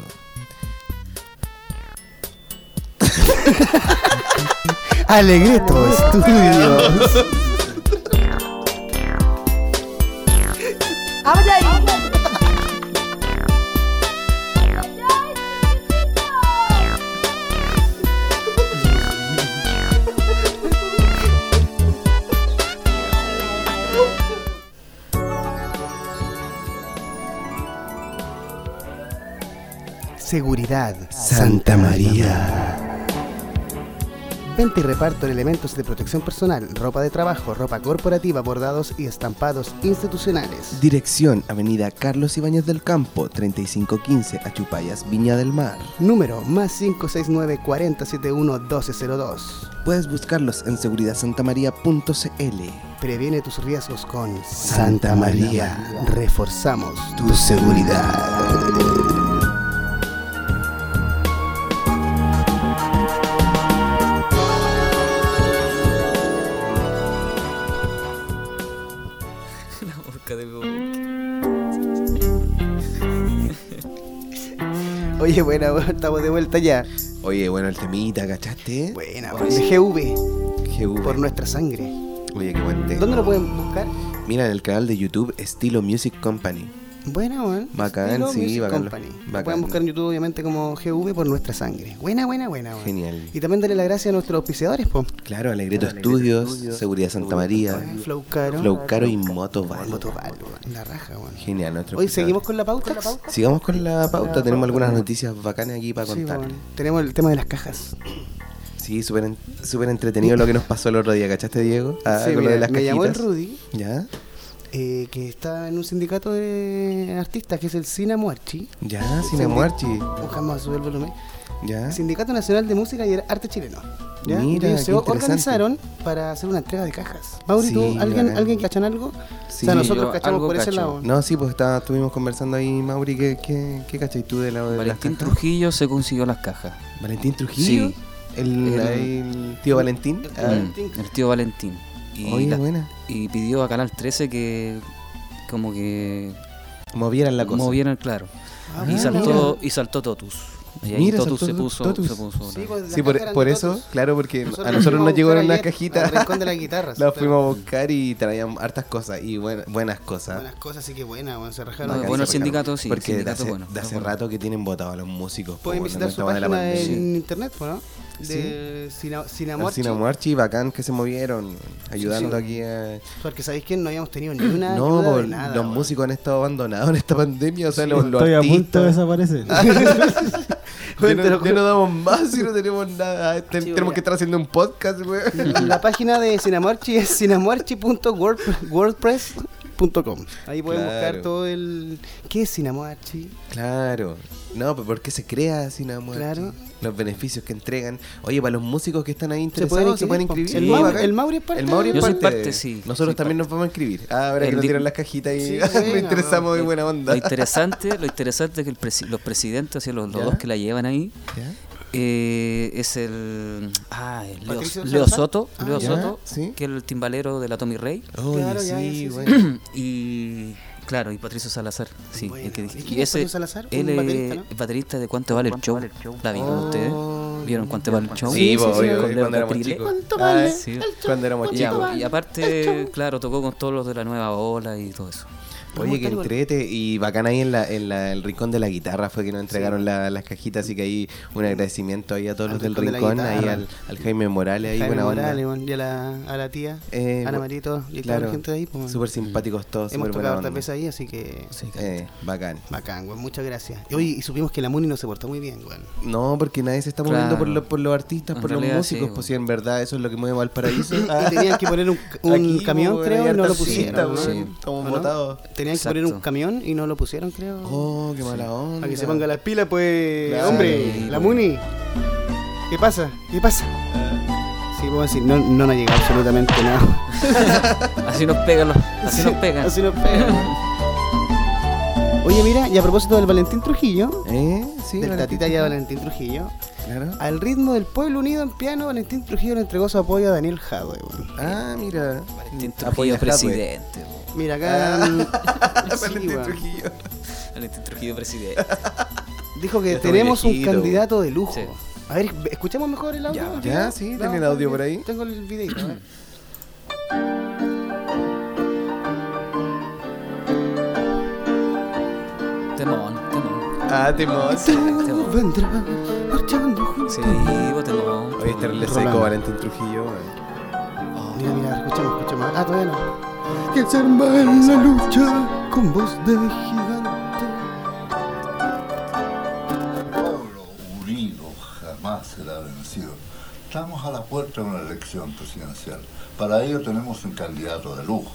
Alegreto Studios.
¡Vamos ahí!
Seguridad.
Santa María.
Venta y reparto de elementos de protección personal, ropa de trabajo, ropa corporativa, bordados y estampados institucionales.
Dirección Avenida Carlos Ibáñez del Campo, 3515, Achupayas, Viña del Mar.
Número más 569-4071-1202.
Puedes buscarlos en seguridadsantamaría.cl.
Previene tus riesgos con
Santa María.
Reforzamos tu
Tu seguridad.
Oye, buena, <laughs> weón, estamos de vuelta ya.
Oye, bueno, el temita, ¿cachaste?
Buena, weón, de GV,
GV.
por nuestra sangre.
Oye, qué buen tema.
¿Dónde lo pueden buscar?
Mira en el canal de YouTube Estilo Music Company.
Buena, weón.
Bacán,
Estilo
sí,
Music
bacán,
Company. Lo
bacán.
pueden buscar en YouTube, obviamente, como GV por nuestra sangre. Buena, buena, buena, weón.
Genial.
Y también darle la gracia a nuestros auspiciadores, po.
Claro, Alegreto Estudios, Seguridad Santa María,
Flow Caro.
Flow Caro y Motoval.
Motoval, weón. La raja, weón.
Genial, nuestro
Hoy
auspiciador.
seguimos con la pauta. ¿Con la pauta?
Sigamos con la pauta, tenemos algunas noticias bacanas aquí para
Sí,
contarles.
weón. Tenemos el tema de las cajas.
Sí, súper en- súper entretenido lo que nos pasó el otro día, ¿cachaste, Diego? Ah,
Sí,
con lo
mira,
de las
me llamó el
cajitas.
Rudy,
¿Ya?
eh, que está en un sindicato de artistas, que es el Sina Muarchi.
¿Ya? Sin Amuarchi.
Buscamos a subir el volumen.
¿Ya?
Sindicato Nacional de Música y Arte Chileno. ¿ya?
¿Eh? Mira,
Ellos
qué
se
interesante.
organizaron para hacer una entrega de cajas. Mauri,
Sí,
¿tú, ¿alguien,
bacán.
¿alguien cachan algo?
Sí,
o sea, nosotros
yo
cachamos
algo
por ese
cacho.
lado.
No, sí, pues está- estuvimos conversando ahí, Mauri, ¿qué, qué, qué cachai tú de la de las
Valentín
cajas?
Trujillo se consiguió las cajas.
Valentín Trujillo.
Sí.
El,
El-
el tío Valentín. Ah,
Mm, el tío Valentín. Y,
Oye,
la-
buena.
y pidió a Canal 13 que como que
Movieran la cosa.
movieran claro.
Ah,
y
mira.
saltó y saltó Totus. Y ahí
Mira,
Totus
saltó
se puso,
Totus.
se puso
Sí,
la-
pues, las
Sí,
cajas
por,
eran
por
de
eso,
todos.
claro, porque a
las
nosotros
fuimos
nos
a
llegó
buscar
una
ayer al
cajita.
rincón de las
<laughs>
guitarras.
La
pero-
fuimos a buscar y traían hartas cosas y buen- buenas cosas.
Buenas cosas, así que buena, weón, se
No,
rajaron.
Bacán,
bueno, el
se
sindicato
rajaron.
sí, el
Porque de
sindicato
hace,
bueno.
de hace
bueno.
rato que tienen votados a los músicos.
Pueden
po,
visitar
bueno,
su
con el tema de la
página
pandemia.
en internet, ¿no? de Sina-
Al
Sinamarchi.
Sinamuarchi, bacán que se movieron, ayudando
Sí,
aquí a...
Porque sabéis que no habíamos tenido ni
<clears throat>
una.
No,
ayuda de
por-
nada,
los
weón.
músicos han estado abandonados en esta pandemia, o sea, los, los
Estoy a punto de
artistas...
<laughs>
desaparecer.
Ya
<laughs> Te lo
no, ya
juro.
no damos más y no tenemos nada. Ten- tenemos
bueno.
que estar haciendo un podcast, weón.
La página de Sinamarchi es sinamarchi.wordpress.com. Ahí pueden
Claro.
buscar todo el. ¿Qué es Sinamarchi?
Claro. No, pero ¿por qué se crea Sinamuarchi?
Claro.
Los beneficios que entregan. Oye, para los músicos que están ahí
Se
interesados,
pueden
se pueden
inscribir,
inscribir.
po. El Mauri- el Mauri es parte
El Mauri es
Yo soy
parte.
parte, sí.
Nosotros
Soy
también nos vamos a inscribir. Ah, ahora que
El
nos
di-
tiran las cajitas y <laughs>
Sí,
me
bueno,
interesamos de
Lo-
buena onda.
Lo
<laughs>
interesante, lo interesante es que el presi- los presidentes, así, los, los
¿Ya?
dos que la llevan ahí,
¿Ya?
eh, es el. Ah, el Leo,
¿Patricio
Leo
Salazar? Ah,
Soto, Leo
¿Ya?
Soto
Sí.
que es el timbalero de la Tommy Rey.
Oye,
Claro, ya, ya,
sí,
sí, sí.
bueno.
Y. Claro, y Patricio Salazar. Sí,
Bueno,
el que dije.
¿y quién es Patricio Salazar?
Él
Un
es
baterista, ¿no?
el baterista de Cuánto Vale el Show. ¿La vieron
Oh,
ustedes? ¿Vieron Cuánto Vale el Show?
Sí, po,
con
obvio, eh,
Leo
cuando éramos
Caprile.
chicos.
¿Cuánto
Ah,
vale
sí,
el show?
Cuando éramos
Ya,
chicos.
po, y aparte, claro, tocó con todos los de la nueva ola y todo eso.
Oye, que entrete y bacán ahí en, la, en la- el rincón de la guitarra fue que nos entregaron la- las cajitas, así que ahí un agradecimiento ahí a todos
Al
los del
rincón de la
rincón, ahí
guitarra.
al, al Jaime Morales, ahí
Jaime
buena onda.
Morales, weón, y a la, a la tía,
Eh,
Ana
bu-
María y todo, y toda la
Claro,
gente de ahí. pues, weón.
súper simpáticos todos,
Hemos
súper buena
tocado hartas
onda.
veces ahí, así que.
Eh, bacán.
Bacán, weón, muchas gracias. Y, oye, y supimos que la Muni no se portó muy bien, weón.
No, porque nadie se está
Claro.
moviendo por, lo- por los artistas,
En
por los
realidad,
músicos,
sí,
pues si en verdad eso es lo que mueve al paraíso.
<coughs> <laughs>
Ah.
Y tenían que poner un, un
Aquí,
camión,
bueno,
creo,
hay
y no lo
hartas citas,
pusieron.
weón,
weón.
Estamos
¿O no?
botados.
Tenían que
Exacto.
poner un camión y no lo pusieron, creo.
Oh, qué mala onda.
A que se ponga las pilas, pues.
Claro.
Hombre,
Sí,
la
bueno.
Muni. ¿Qué pasa? ¿Qué pasa? Sí, puedo decir, no, no nos ha llegado absolutamente nada.
<laughs> Así nos pegan, los, así nos pegan.
Así nos pegan. Oye, mira, y a propósito del Valentín Trujillo,
¿Eh? Sí,
del
la
Tatita ya Valentín Trujillo,
Claro.
al ritmo del Pueblo Unido en piano, Valentín Trujillo le entregó su apoyo a Daniel Jadwe. weón.
Ah, mira.
Valentín Trujillo,
Apoya a Hathaway.
presidente. po.
Mira acá. sí,
<laughs> Valentín
weón.
Trujillo.
Valentín Trujillo, presidente.
Dijo que
Ya está
tenemos un
viejito,
candidato de lujo.
Sí.
A ver, escuchemos mejor el audio. ¿no?
Ya, sí,
Vamos,
tiene el audio por ahí.
Tengo el videito.
<clears throat>
a ver.
Temón, temón.
Ah, Timón.
Temón.
vendrá marchando juntos.
Sí, vos temón.
Oye, estarle
Rolando.
seco Valentín Trujillo. weón.
Mira, mira, escuchemos, escuchemos. Ah, todavía no. Que se arma en la lucha con voz de gigante.
pueblo unido jamás será vencido. Estamos a la puerta de una elección presidencial. Para ello tenemos un candidato de lujo,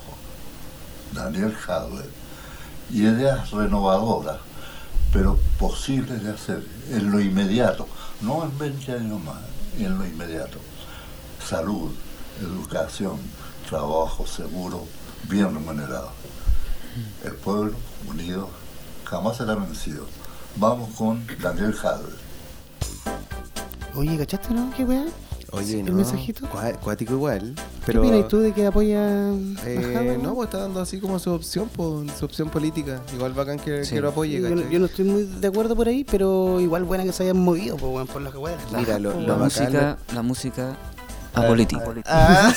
Daniel Jadwe, y ideas renovadoras, pero posibles de hacer en lo inmediato, no en 20 años más, en lo inmediato. Salud, educación, trabajo seguro, bien remunerado. El pueblo unido jamás será vencido. Vamos con Daniel Jadwe.
Oye, ¿cachaste, no? ¿Qué weá?
Oye,
¿El
no.
mensajito?
cua- Cuático igual.
¿Qué
Pero,
opinas tú de que apoya a
Eh,
Jadwe?
no, pues está dando así como su opción, po, su opción política. Igual bacán que,
Sí.
que lo apoye,
Yo, no-
¿cachai?
yo no estoy muy de acuerdo por ahí, pero igual buena que se hayan movido pues, weón, por las weas.
Mira, lo,
La
lo
música,
<laughs> bacán.
la música apolítica.
Ah,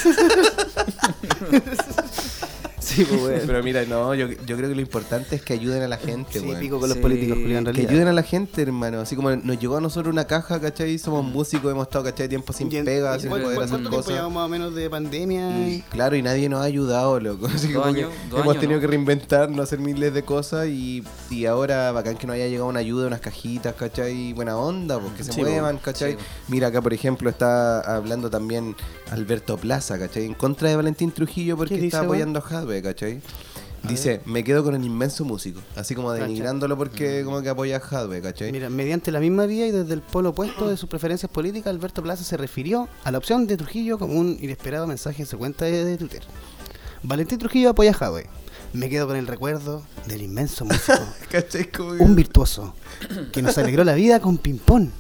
Sí, pues,
<laughs>
weón.
pero mira, no, yo, yo creo que lo importante es que ayuden a la gente,
Sí,
weón.
pico con los
Sí,
políticos, Julián, en
Que
realidad.
ayuden a la gente, hermano. Así como nos llegó a nosotros una caja, ¿cachai? Somos músicos, hemos estado, ¿cachai? Tiempo sin
Y en-
pega,
Mm. ¿y
sin
cuál-
poder
cuál-
hacer
cuánto tiempo
cosas. Mm.
llevamos a menos de pandemia?
Y claro, y nadie nos ha ayudado, loco. <laughs> Así que
Dos
como que
años, dos
hemos
años,
tenido
¿no?
que reinventarnos, hacer miles de cosas y, y ahora bacán que nos haya llegado una ayuda, unas cajitas, ¿cachai? Buena onda, pues que se
Sí,
muevan,
po.
¿cachai?
Sí, po.
Mira, acá por ejemplo está hablando también Alberto Plaza, ¿cachai? En contra de Valentín Trujillo porque
¿Qué
está
dice, weón?
apoyando a Hadwe, ¿cachai? Dice, me quedo con el inmenso músico, así como
Cacha.
denigrándolo
Mm.
porque como que apoya a Hadwe, ¿cachai?
Mira, mediante la misma vía y desde el polo opuesto de sus preferencias políticas, Alberto Plaza se refirió a la opción de Trujillo como un inesperado mensaje en su cuenta de, de Twitter. Valentín Trujillo apoya a Jadwe. Me quedo con el recuerdo del inmenso músico,
<laughs> ¿Cachai? Como que-
un virtuoso, que nos alegró la vida con Pimpón,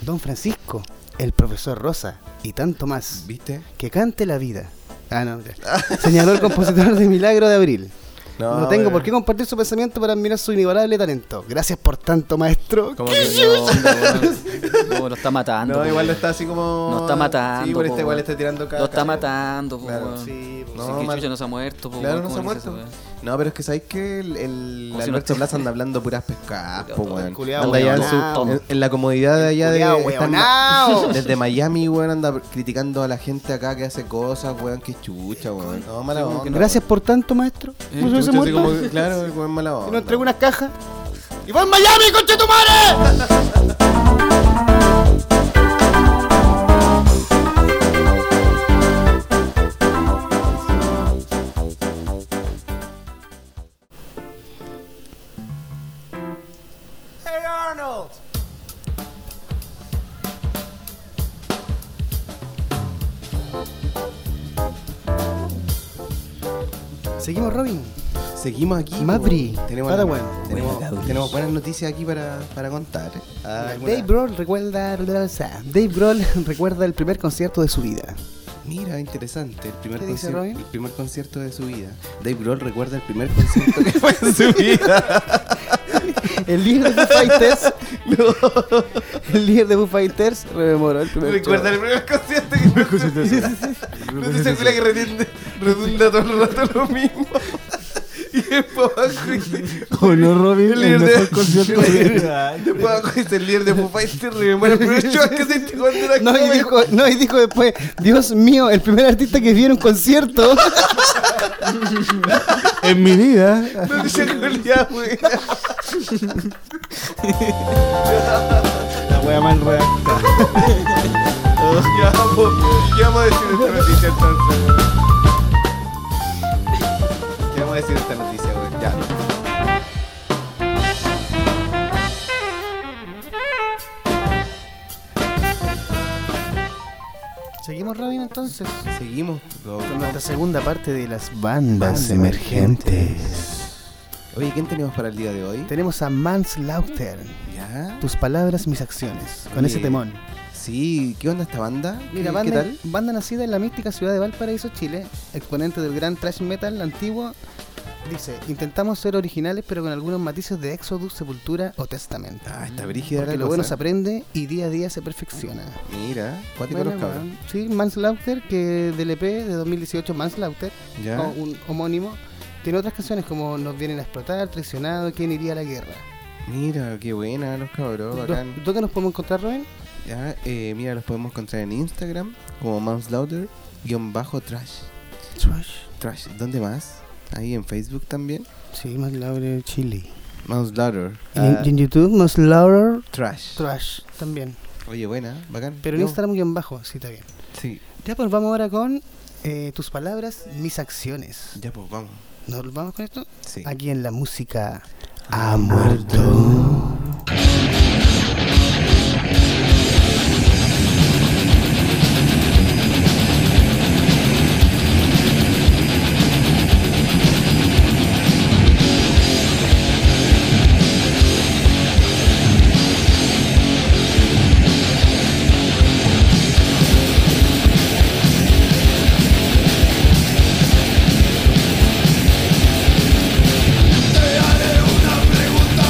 Don Francisco, el profesor Rosa y tanto más.
¿Viste?
Que cante la vida. Ah, no, ya. señaló el compositor de Milagro de Abril. No,
No,
tengo
pero-
por qué compartir su pensamiento para admirar su inigualable talento. Gracias por tanto, maestro.
Como
¿Qué
que
es
no,
eso?
weón. No, lo está matando.
No,
po,
igual lo
weón.
está así como-
No está matando.
Sí, igual está-
po,
igual
weón.
está tirando caca,
Lo está
weón.
matando, po,
Claro,
weón.
sí, po.
No,
No,
que
mal-
chucha no se ha muerto, po,
Claro,
weón,
no se ha
¿cómo le dice
muerto.
esa weón?
No, pero es que sabéis que el, el
Como si no
Alberto
te-
Plaza anda hablando puras
<laughs>
pescadas, po, weón.
culiao
Anda allá en, su-
weonao.
en- en la comodidad de allá de.
culiao
está en-
weonao.
<laughs> desde Miami, weón, anda criticando a la gente acá que hace cosas, weón, que chucha, weón. No, mala
Como que
onda.
Gracias por tanto, maestro.
weón. Eh,
¿No se hubiese
chucha, así
muerto?
como que- claro, el weón mala
Y
onda.
nos entregó unas cajas. ¡Y voy en Miami, conche tu madre!
Hey Arnold.
Seguimos, Robin.
Seguimos aquí.
Mapri,
weón. Tenemos,
Padawan.
tenemos,
Buena
tenemos buenas noticias aquí para, para contar. eh. Ah,
Dave Grohl recuerda, Dave Grohl <laughs> recuerda el primer concierto de su vida.
Mira, interesante. El primer,
¿Qué dice
concierto-
Robin?
el primer concierto de su vida. Dave Grohl recuerda el primer concierto que fue en <laughs> su vida.
El líder de Foo
<laughs>
Fighters, el líder de Foo Fighters rememoró el primer.
Recuerda
show.
el primer concierto que fue en su vida. No te segura que retiende- redunda todo el rato lo mismo. <laughs> Y después abajo dice,
O
<laughs>
no, Robin, el,
líder
mejor
de- <laughs>
concierto de
Después abajo dice el líder de Foo Fighters rememora el primer show que <laughs> sentí cuando era
No y,
joven.
dijo, no, y dijo después, Dios mío, el primer artista que vi en un concierto.
En mi vida.
No te segura, güey.
La wea mal redactada.
Ya vamos, ya vamos a decir esta noticia entonces. Ya vamos a decir esta noticia, güey. Ya.
Seguimos Robin entonces.
Seguimos. bro.
Con nuestra segunda parte de las bandas emergentes.
Oye, ¿quién tenemos para el día de hoy?
Tenemos a Manslaughter.
¿Ya?
Tus palabras, mis acciones. Con
Oye,
ese temón.
Sí, ¿qué onda esta banda?
Mira,
¿Qué,
banda,
¿qué tal?
banda nacida en la mística ciudad de Valparaíso, Chile, exponente del gran thrash metal antiguo, dice, intentamos ser originales pero con algunos matices de Exodus, Sepultura o Testamento.
Ah, está brígida
Porque
la
lo
cosa.
bueno se aprende y día a día se perfecciona.
Mira, cuático
Bueno,
los cabros.
weón. sí, Manslaughter, que del EP de 2018, Manslaughter,
Ya.
o un homónimo, tiene otras canciones como Nos vienen a explotar, Traicionado, ¿Quién iría a la guerra?
Mira, qué buena los cabros, Oh, bacán.
¿Dó- ¿Dónde nos podemos encontrar, Rubén?
Ya, eh, mira, los podemos encontrar en Instagram como Manslaughter guión bajo trash. Trash. ¿Dónde más? Ahí en Facebook también.
Sí, Manslaughter Chile.
Manslaughter.
Y en- y en YouTube, Manslaughter
ah, trash.
Trash también.
Oye, buena, bacán.
Pero en
No,
Instagram guión bajo, sí, está bien.
Sí,
Ya, pues vamos ahora con eh, tus palabras, mis acciones.
ya pues vamos.
¿Nos vamos con esto?
Sí. Ah.
Aquí en la música ha muerto.
Te haré una pregunta,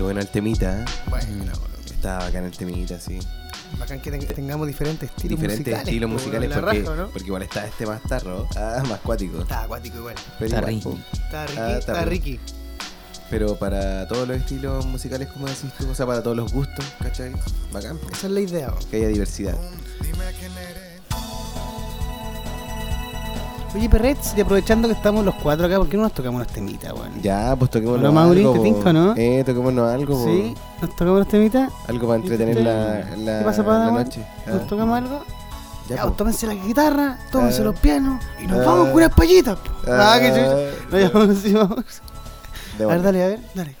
bueno el temita. ¿eh?
Bueno,
Estaba bacán el temita, sí.
Bacán que ten- tengamos diferentes estilos
Diferentes
musicales.
estilos
po,
musicales
la
porque,
raja, ¿no?
porque igual está este más tarro, ah, más cuático.
Está acuático igual.
Pero
Está
igual,
Ricky.
po.
Está Ricky,
Ah,
está
bueno.
Ricky.
Pero para todos los estilos musicales, como decís tú, o sea, para todos los gustos, ¿cachai? Bacán. po.
Esa es la idea. po.
Que haya diversidad.
Oye, Perrets, y aprovechando que estamos los cuatro acá, ¿por qué no nos tocamos unas temitas, weón?
Ya, pues toquémonos
Hola, Mauri,
algo.
¿te
po.
tinca, no?
Eh, toquémonos algo. po.
Sí, nos tocamos unas temitas.
Algo para entretener la, la,
¿Qué pasa, Pada?
la
weón?
noche.
¿Nos
Ah.
tocamos algo?
Ya,
Ya,
po.
pues, tómense la guitarra, tómense
Ah.
los pianos y nos
Ah.
vamos con unas payitas. po.
Ah.
Ah, qué chucha. No, ya vamos, sí, vamos.
De
A ver,
bueno.
dale, a ver, dale. oh,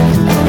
Thank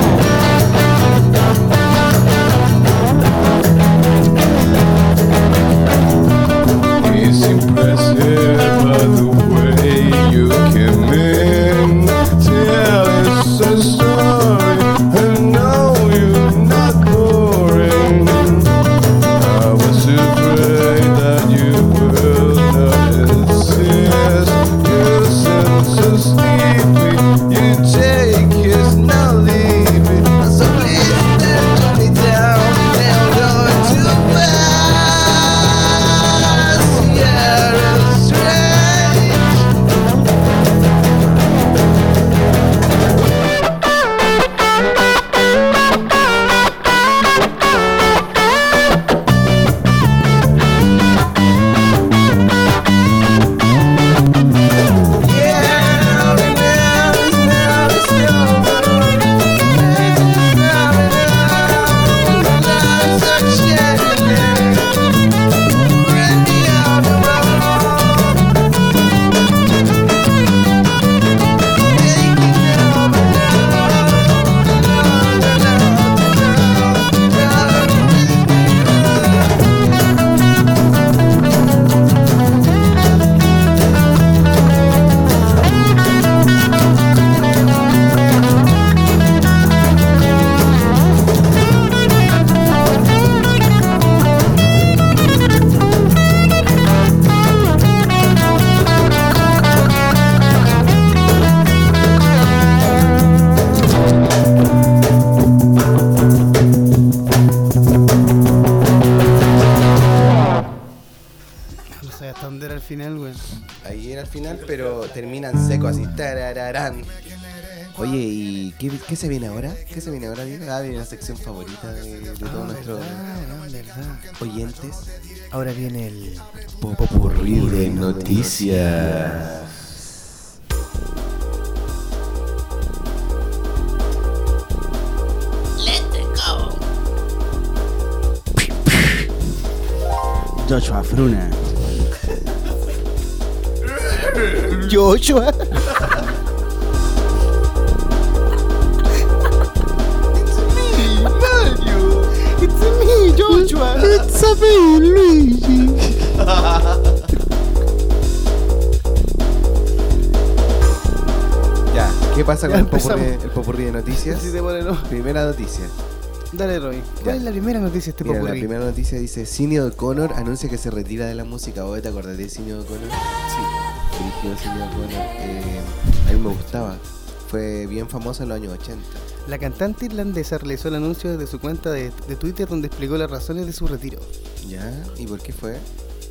en seco así. tarararán. Oye, ¿y qué, qué se viene ahora? ¿Qué se viene ahora? Diego? Ah, viene la sección favorita de, de
Ah,
todos nuestros oyentes.
Ahora viene el
popurrí de noticias.
Joshua Fruna.
Joshua.
Mario. It's me, Joshua.
It's me,
Luigi.
Ya, ¿qué pasa con
Ya
el popurrí,
empezamos.
el popurrí de noticias?
Sí, démosle, no.
Primera noticia.
Dale, Roy.
Ya.
¿Cuál es la primera noticia de este
Mira, la
popurrí?
primera noticia dice, Cine O'Connor anuncia que se retira de la música. ¿Vos te acordás de Cine O'Connor? Sí. Dirigió Cine O'Connor. Eh, a mí me gustaba. Fue bien famosa en los años 80.
La cantante irlandesa realizó el anuncio desde su cuenta de, de Twitter donde explicó las razones de su retiro.
¿Ya? ¿Y por qué fue?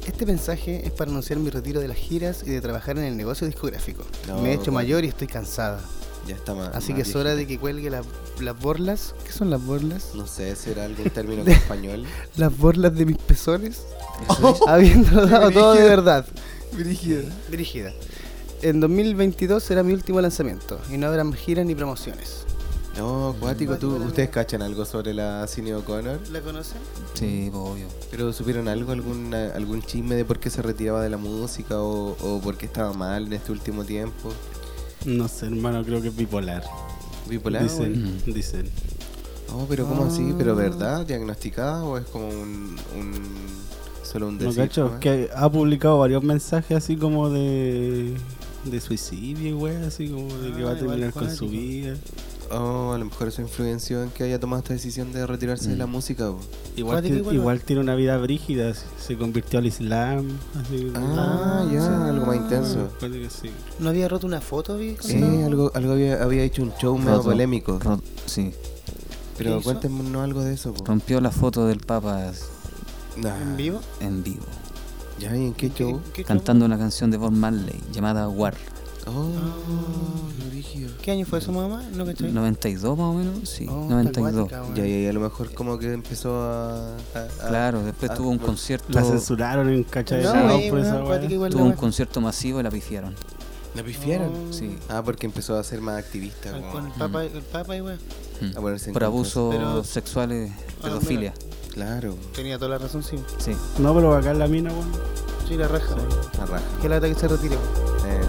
Este mensaje es para anunciar mi retiro de las giras y de trabajar en el negocio discográfico.
No,
Me he hecho
bueno.
mayor y estoy cansada.
Ya está más
Así
más
que es hora de
viejita.
que cuelgue las, las borlas. ¿Qué son las borlas?
No sé, ¿será algún
<laughs>
término en español?
Las borlas de mis pezones. <laughs>
Eso es.
Habiendo dado todo de
Brígida.
verdad.
Brígida.
Brígida. En 2022 será mi último lanzamiento y no habrá giras ni promociones.
No, cuático, tú, ¿ustedes cachan algo sobre la Cine O'Connor?
¿La conocen?
Sí, obvio. ¿Pero supieron algo, algún, algún chisme de por qué se retiraba de la música o, o por qué estaba mal en este último tiempo?
No sé, hermano, creo que es bipolar.
¿Bipolar?
Dicen,
mm,
dicen.
Oh, pero ¿cómo así?
Ah.
¿Pero verdad? ¿Diagnosticada o es como un... un- solo un
No
decir?
cacho,
nomás?
que ha publicado varios mensajes así como de, de suicidio y weá, así como de que va a
Ah, igual
terminar con su
cuático.
vida.
Oh, a lo mejor eso influenció en que haya tomado esta decisión de retirarse
Mm.
de la música. po.
Igual, ti- igual tiene una vida brígida, se- se convirtió al Islam. Así,
Ah, ya, algo más intenso.
Parece que sí.
¿No había roto una foto, vi?
Sí, algo, algo había, había hecho un show medio
Roto.
polémico.
Ro- sí.
Pero
hizo?
cuéntenos algo de eso. po.
Rompió la foto del Papa
Ah.
¿En vivo?
en vivo,
¿Ya? ¿Y en qué show?
¿Qué,
cantando una canción de Bob Marley llamada War.
Oh,
¿Qué año fue eso, mamá? No me estoy...
92 más o menos, sí,
Oh,
92.
está
Ah, Ya, ya, ya, a lo mejor como que empezó a... a- a-
Claro, después
a-
tuvo un
como-
concierto.
La censuraron en cacha de
No,
Lao
eh,
por
weón,
esa weá.
cuático igual
Tuvo
la
un
wea.
concierto masivo y la pifiaron.
¿La pifiaron?
Oh.
Sí.
Ah, porque empezó a ser más activista.
Al-
como-
Con el papa, el papa y weá.
Mm.
A ponerse en
Por
contra.
abusos
Pero-
sexuales,
Ah,
pedofilia.
Claro,
Tenía toda la razón, sí.
Sí.
No, pero acá en la mina, weón.
Sí, la raja, weón.
la raja.
Qué lata que se retire, weón.
Eh.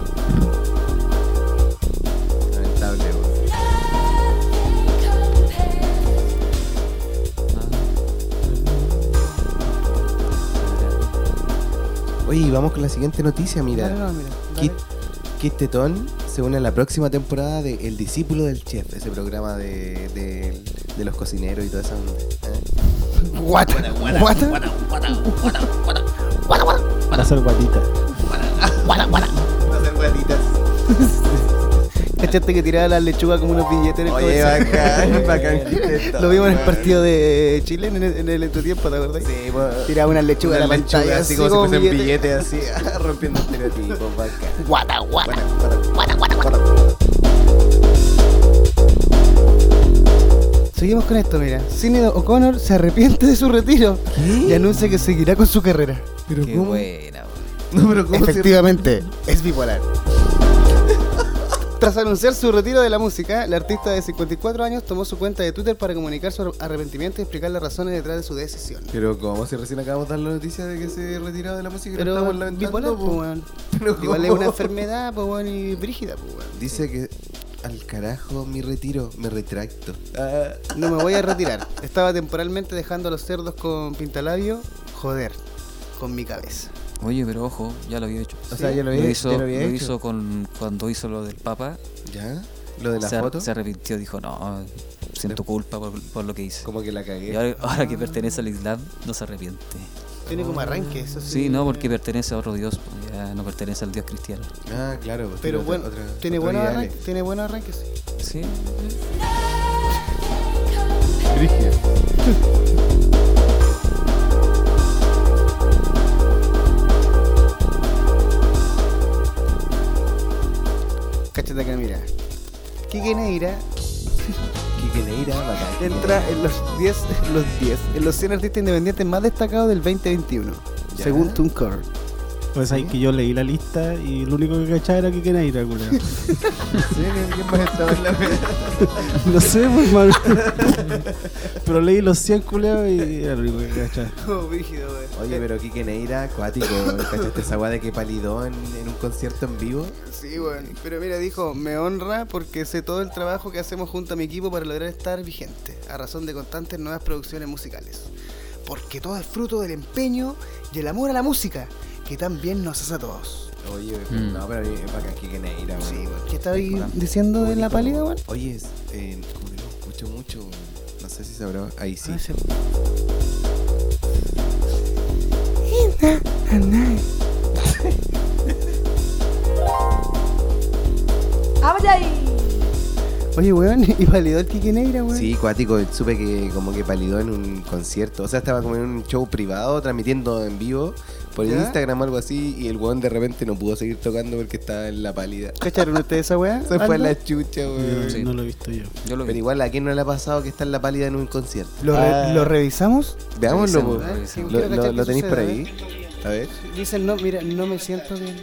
Lamentable,
eh.
weón. Oye, y vamos con la siguiente noticia, mira.
Dale, no, mira, dale.
Kit, Kit Tetón se une a la próxima temporada de El Discípulo del Chef, ese programa de, de, de los cocineros y toda esa onda. ¿eh?
Guata,
Guata,
guata.
guata, guata, guata, guata.
Va a ser guatita.
Va a ser guatitas.
Cachaste Este que tiraba la lechuga como unos billetes en el
Oye,
comercial.
bacán, bacán, Kit Tetón,
Lo vimos en el
weón.
partido de Chile en el, en el entretiempo, ¿te acordás?
Sí, bueno,
Tiraba una lechuga
una
a la
lechuga,
pantalla,
así como si fuese un
billete.
billete, así, <laughs> rompiendo estereotipos, bacán.
Guata, guata.
Guata, guata, guata, guata.
Seguimos con esto, mira. Cine O'Connor se arrepiente de su retiro y anuncia que seguirá con su carrera. Pero
Qué
¿cómo?
buena, weón.
<laughs> No, pero ¿cómo se-
Efectivamente, es bipolar. <laughs> Tras anunciar su retiro de la música, la artista de 54 años tomó su cuenta de Twitter para comunicar su ar- arrepentimiento y explicar las razones detrás de su decisión.
Pero como si recién acabamos de dar la noticia de que se retiraba de la música y lo
Pero
estamos lamentando,
bipolar,
po.
pues, weón.
<laughs> Pero
Igual
<laughs>
es
¿cómo?
una enfermedad, pues, weón, y brígida, pues, weón.
Dice que al carajo mi retiro, me retracto.
No me voy a retirar. Estaba temporalmente dejando a los cerdos con pintalabio. Joder, con mi cabeza.
Oye, pero ojo, ya lo había hecho.
O sea, ya lo había-
hizo,
ya lo había hecho.
hizo con, cuando hizo lo del Papa.
¿Ya? Lo de la
se, ar-
foto,
se arrepintió, dijo, no, siento culpa por, por lo que hice.
como que la
Y
cagué.
ahora, ahora que pertenece al Islam, no se arrepiente.
Tiene como arranque, eso sí.
Sí, no, porque pertenece a otro Dios, pues, ya no pertenece al Dios cristiano.
Ah, claro. pues,
Pero
otra-
bueno,
otra-
tiene
otros
buenos
ideales.
arranques, tiene buenos arranques, sí.
Sí,
Brígido.
Camiseta Camila. Quique Neira
Quique Neira, bacán.
entra en los 10, <laughs> en los 10, en los 100 artistas independientes más destacados del 2021,
Ya.
según TuneCore.
Pues ahí que yo leí la lista y lo único que cachaba era que quería ir a <laughs> culiao.
¿Quién más estaba en la
<laughs> No sé, pues, hermano. Pero leí los 100 culeos y era lo único que cachaba.
Oye, pero Quique Neira, acuático,
<laughs>
¿cachaste esa guada que palidó en, en un concierto en vivo?
Sí, bueno, pero mira, dijo, me honra porque sé todo el trabajo que hacemos junto a mi equipo para lograr estar vigente, a razón de constantes nuevas producciones musicales. Porque todo es fruto del empeño y el amor a la música, que también nos hace a todos.
Oye,
Mm.
no, pero a mí es bacán Quique Neira, weón.
¿Qué estaba ahí diciendo de la pálida, weón?
Oye, es, eh, como que lo escucho mucho, weón. no sé si sabrá. Ahí
Ah,
sí.
¡Abre ahí!
Oye, weón, <laughs> y validó el Quique Neira, weón.
Sí, cuático, supe que como que palidó en un concierto. O sea, estaba como en un show privado transmitiendo en vivo por
¿Ya?
Instagram o algo así. Y el weón de repente no pudo seguir tocando porque estaba en la pálida.
¿Cacharon ustedes esa weá?
Se fue
Aldo?
la chucha, weón.
No lo he visto yo.
Pero igual, ¿a quién no le ha pasado que está en la pálida en un concierto? Ah,
¿Lo, re-
Ah,
lo revisamos?
Veámoslo, po.
Revisemos, revisemos.
Lo- lo-
Quiero cachar qué
lo tenéis por
sucede, ¿eh?
ahí. A ver.
Dicen, no, mira, no me siento bien.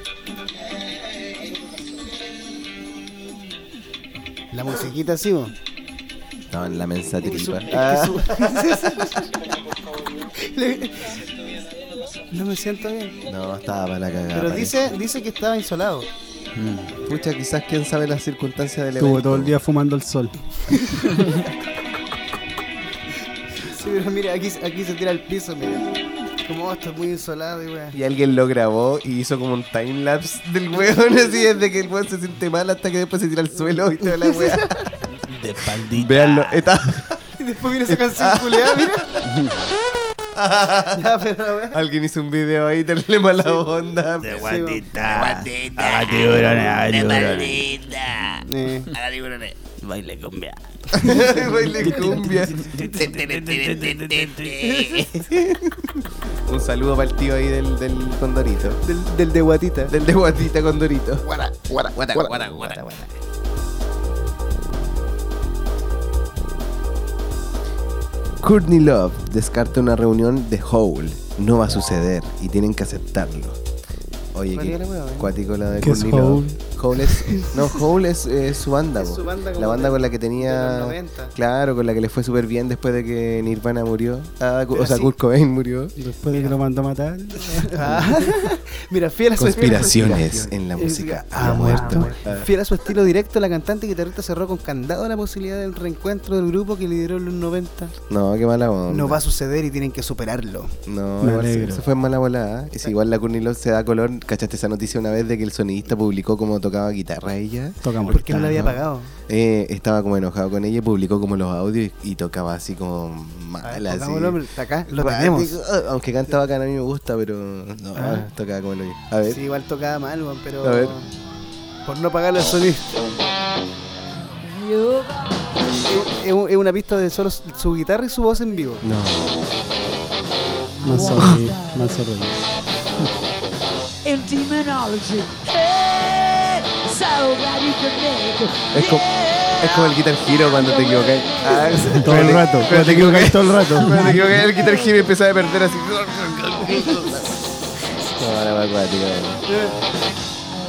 La musiquita sí, vos.
Estaba en la mensa
Su-
tripa.
es que
Ah.
su- <laughs> Le- no me siento bien.
No, estaba para la cagada.
Pero
parece.
dice, dice que estaba insolado.
Mm. Pucha, quizás quién sabe las circunstancias del
Estuvo
evento.
todo el día fumando el sol.
Sí, pero mira, aquí, aquí se tira al piso, mira. Como oh, está muy insolado y weá.
Y alguien lo grabó y hizo como un timelapse del weón, así desde que el weón se siente mal hasta que después se tira al suelo y toda la weá.
De espaldita.
Veanlo, está.
Y después viene esa <laughs> canción culeada, mira. Ya, pero la weá.
Alguien hizo un video ahí, terrible mala onda. De
guatita. De guatita.
A tiburones, a
De
tiburones.
maldita.
Eh.
A la tiburones. Baile cumbia.
<laughs> Baile cumbia. Un saludo para el tío ahí del, del Condorito.
Del, de Guatita.
Del de Guatita Condorito.
Guara, guara, guara, guara, guara, guara.
Courtney Love descarta una reunión de Hole. No va a suceder y tienen que aceptarlo. Oye,
¿Cuál
qué
era la weá, eh?
cuático la de
¿Qué es
Courtney Love. Hole es, no, Hole es eh, su
<laughs>
banda, po.
su banda como
la banda
de-
con la que tenía,
de los 90.
claro, con la que le fue súper bien después de que Nirvana murió, Ah, cu-
Pero
o sea,
sí.
Kurt Cobain murió.
Después de que lo mandó a matar.
Ah, <laughs> mira, fiel a su
Conspiraciones en la
Eh,
música.
ah,
Ha muerto.
muerto. Fiel a su estilo directo, la cantante y guitarrista cerró con candado la posibilidad del reencuentro del grupo que lideró en los 90.
No, qué mala onda.
No va a suceder y tienen que superarlo.
No,
Me
igual se,
alegro.
se fue en mala volada. Es igual la Courtney Love se da color. ¿Cachaste esa noticia una vez de que el sonidista publicó cómo tocaba guitarra ella?
Tocamos.
Porque no la había pagado.
Eh, estaba como enojado con ella y publicó como los audios y, y tocaba así como mal.
Pongámoslo,
así.
hombre, está acá, lo
Ah,
tenemos.
digo, ah, Aunque canta bacán a mí me gusta, pero no,
Ah.
tocaba como lo que. A ver.
Sí, igual tocaba mal, weón, pero.
A ver.
Por no pagar el sonido. Es- Es, un- es una pista de solo su su guitarra y su voz en vivo.
No. Más sorry, más sorry.
In demonology. Hey, so glad you could make it.
Es como, es como el guitar giro cuando te equivocas. <laughs> Ah,
Todo el rato,
Cuando te equivocas
todo el
<laughs>
rato.
Cuando te equivocas el guitar giro y empezás a perder así. No, la acuática, bueno.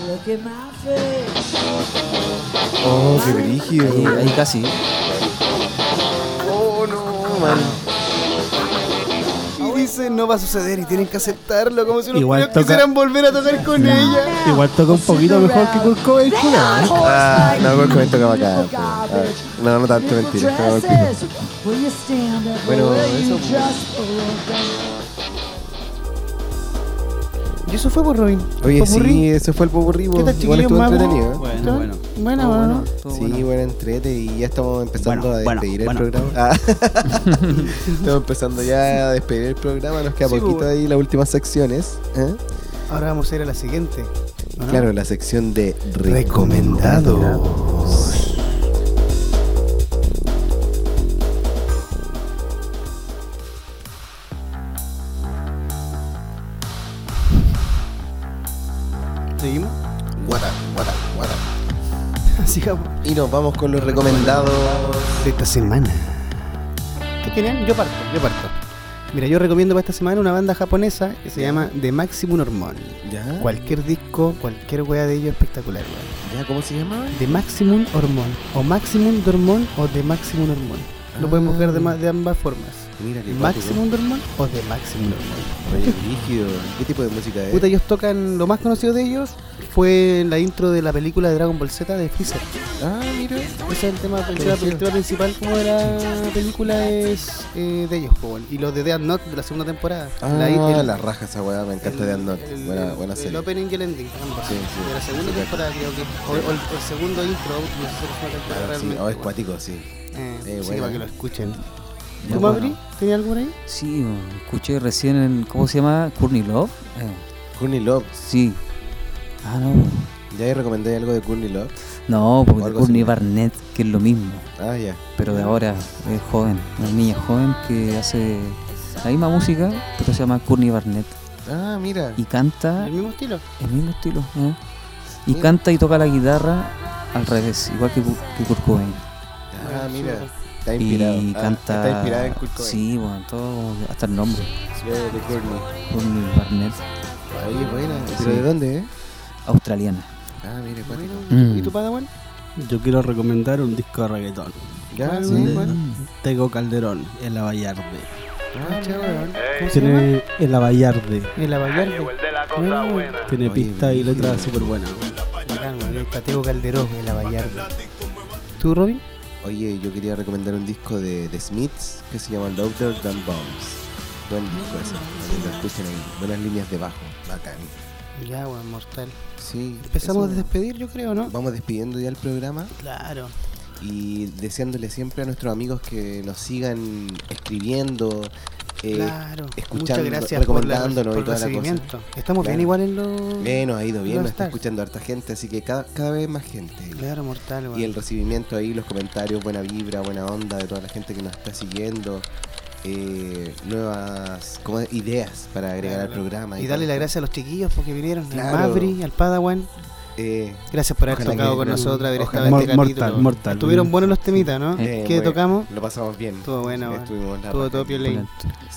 Look at my face.
Oh, qué brígido.
Ahí, ahí casi.
Oh, no, man.
Y dice, no va a suceder y tienen que aceptarlo, como si los
Igual
niños
toca-
quisieran volver a tocar con ella.
Igual toca un poquito mejor que Kurt Cobain, culiao, ¿eh?
Ah, no, con comento que va acá. pues. A ver. No, no tanto mentira. estaba al pico.
Dresses. Will you stand up?
Bueno,
Will you
eso, pues.
just hold
pues.
Y eso fue por Robin.
Oye,
Popurrí.
sí, eso fue el popurrí. pues.
¿Qué tal,
Igual estuvo
chiquillos? Más
entretenido. ¿eh?
Bueno, bueno.
Buena,
Todo
bueno.
bueno, todo
Sí,
bueno.
buen entrete y ya estamos empezando
Bueno,
a
bueno,
despedir
bueno.
<laughs>
el programa. Ah. estamos empezando ya a despedir el programa, nos queda
Sí,
poquito
pues.
ahí las últimas secciones. ¿eh?
Ahora vamos a ir a la siguiente. ¿o no?
Claro, la sección de
Recomendados. ¿Seguimos? <laughs>
Guata, guata, guata.
Sigamos.
Y nos vamos con los recomendados
de esta semana. ¿Qué tienen? Yo parto, yo parto. Mira, yo recomiendo para esta semana una banda japonesa que se llama The Maximum Hormone. Ah.
¿Ya?
Cualquier disco, cualquier wea de ellos espectacular, weón.
¿Ya? ¿Cómo se llama?
The Maximum Hormone, o Maximum Hormone, o The Maximum Hormone. Lo podemos ver de,
Ah.
ma- de ambas formas.
Mira qué
Maximum Hormone o The Maximum Hormone.
cuático. Oye, rígido. ¿Qué tipo de música es?
Puta, ellos tocan, lo más conocido de ellos fue la intro de la película de Dragon Ball Z de Freezer.
Ah, mira.
Ese es el tema, el tema- el tema principal como de la película es eh, de ellos, po, weón. y los de Dead Note de la segunda temporada.
Ah,
La-
la,
el-
raja esa weá, me encanta
el-
de Andot.
el-
Buena,
el-
buena
El
serie.
opening y el ending, ambos.
Sí, sí.
De la segunda
Sí,
temporada, creo que. O, o el, o el segundo intro, no sé cómo se llama
Claro, sí.
realmente,
Oh, es
weón.
cuático, sí.
Eh,
Eh,
así que
buena.
para que lo escuchen.
Ya,
¿Tú,
bueno.
Mabri? ¿Tenías alguna ahí?
Sí, escuché recién en. ¿Cómo se llama? Courtney Love. Eh,
Courtney Love.
sí. Ah, no.
¿Ya ahí recomendé algo de Courtney Love?
No, porque
O algo
Courtney
similar.
Barnett, que es lo mismo.
Ah, ya.
Pero de ahora es joven. Una niña joven que hace la misma música, pero se llama Courtney Barnett.
Ah, mira.
Y canta
¿El mismo estilo?
el mismo estilo. ¿eh? Y canta y toca la guitarra al revés, igual que, Ku- que Kurt Cobain.
Ah, mira. Está inspirado.
Y
Ah,
canta.
Está inspirado en Kurt Cobain.
Sí, bueno, todo, hasta el nombre.
Yo de Courtney.
Courtney Barnett,
Oye, buena.
Sí.
¿Pero de dónde, eh?
australiana.
Ah, mira, cuático.
Mm.
¿Y tú, Padawan?
Yo quiero recomendar un disco de reggaetón.
Ya,
¿Cuál,
sí.
weón?
bueno.
Tego Calderón, El Avallarde.
Ah, ya, weón.
¿Cómo se llama?
Tiene El Avallarde.
El Avallarde. Bueno,
Tiene
Oye,
pistas y
brígido.
letras súper buenas.
Bacán, weón. El Pateo Calderón, el Avallarde. ¿Tú, Robin?
Oye, yo quería recomendar un disco de The Smiths que se llama Louder Than Bombs. Buen disco ese. también Lo escuchen ahí. Buenas líneas de bajo. Bacán.
Ya, weón, mortal.
Sí.
Empezamos a
eso.
despedir, yo creo, ¿no?
Vamos despidiendo ya el programa.
Claro.
y deseándole siempre a nuestros amigos que nos sigan escribiendo, eh,
claro.
escuchando,
Muchas gracias por, la,
recomendándonos
por el
y toda la cosa.
recibimiento. Estamos bien
Claro.
igual en los...
Eh, nos ha ido bien,
Los
nos está
stars.
escuchando harta gente, así que cada, cada vez más gente.
Claro, mortal, weón.
Y el recibimiento ahí, los comentarios, buena vibra, buena onda de toda la gente que nos está siguiendo. eh, nuevas como ideas para agregar al programa.
Y darle
todo.
las gracias a los chiquillos porque vinieron.
Claro.
Al Mabri, al Padawan.
Eh,
Gracias por haber
Ojalá
tocado
que-
con
ojalá-
nosotros, haber estado en
Mor-
este
mortal,
capítulo.
mortal.
Estuvieron buenos los temitas, ¿no?
eh,
¿Qué
bueno,
tocamos?
Lo pasamos bien.
Estuvo bueno, weón.
Estuvimos la
Estuvo
raja.
todo piolín.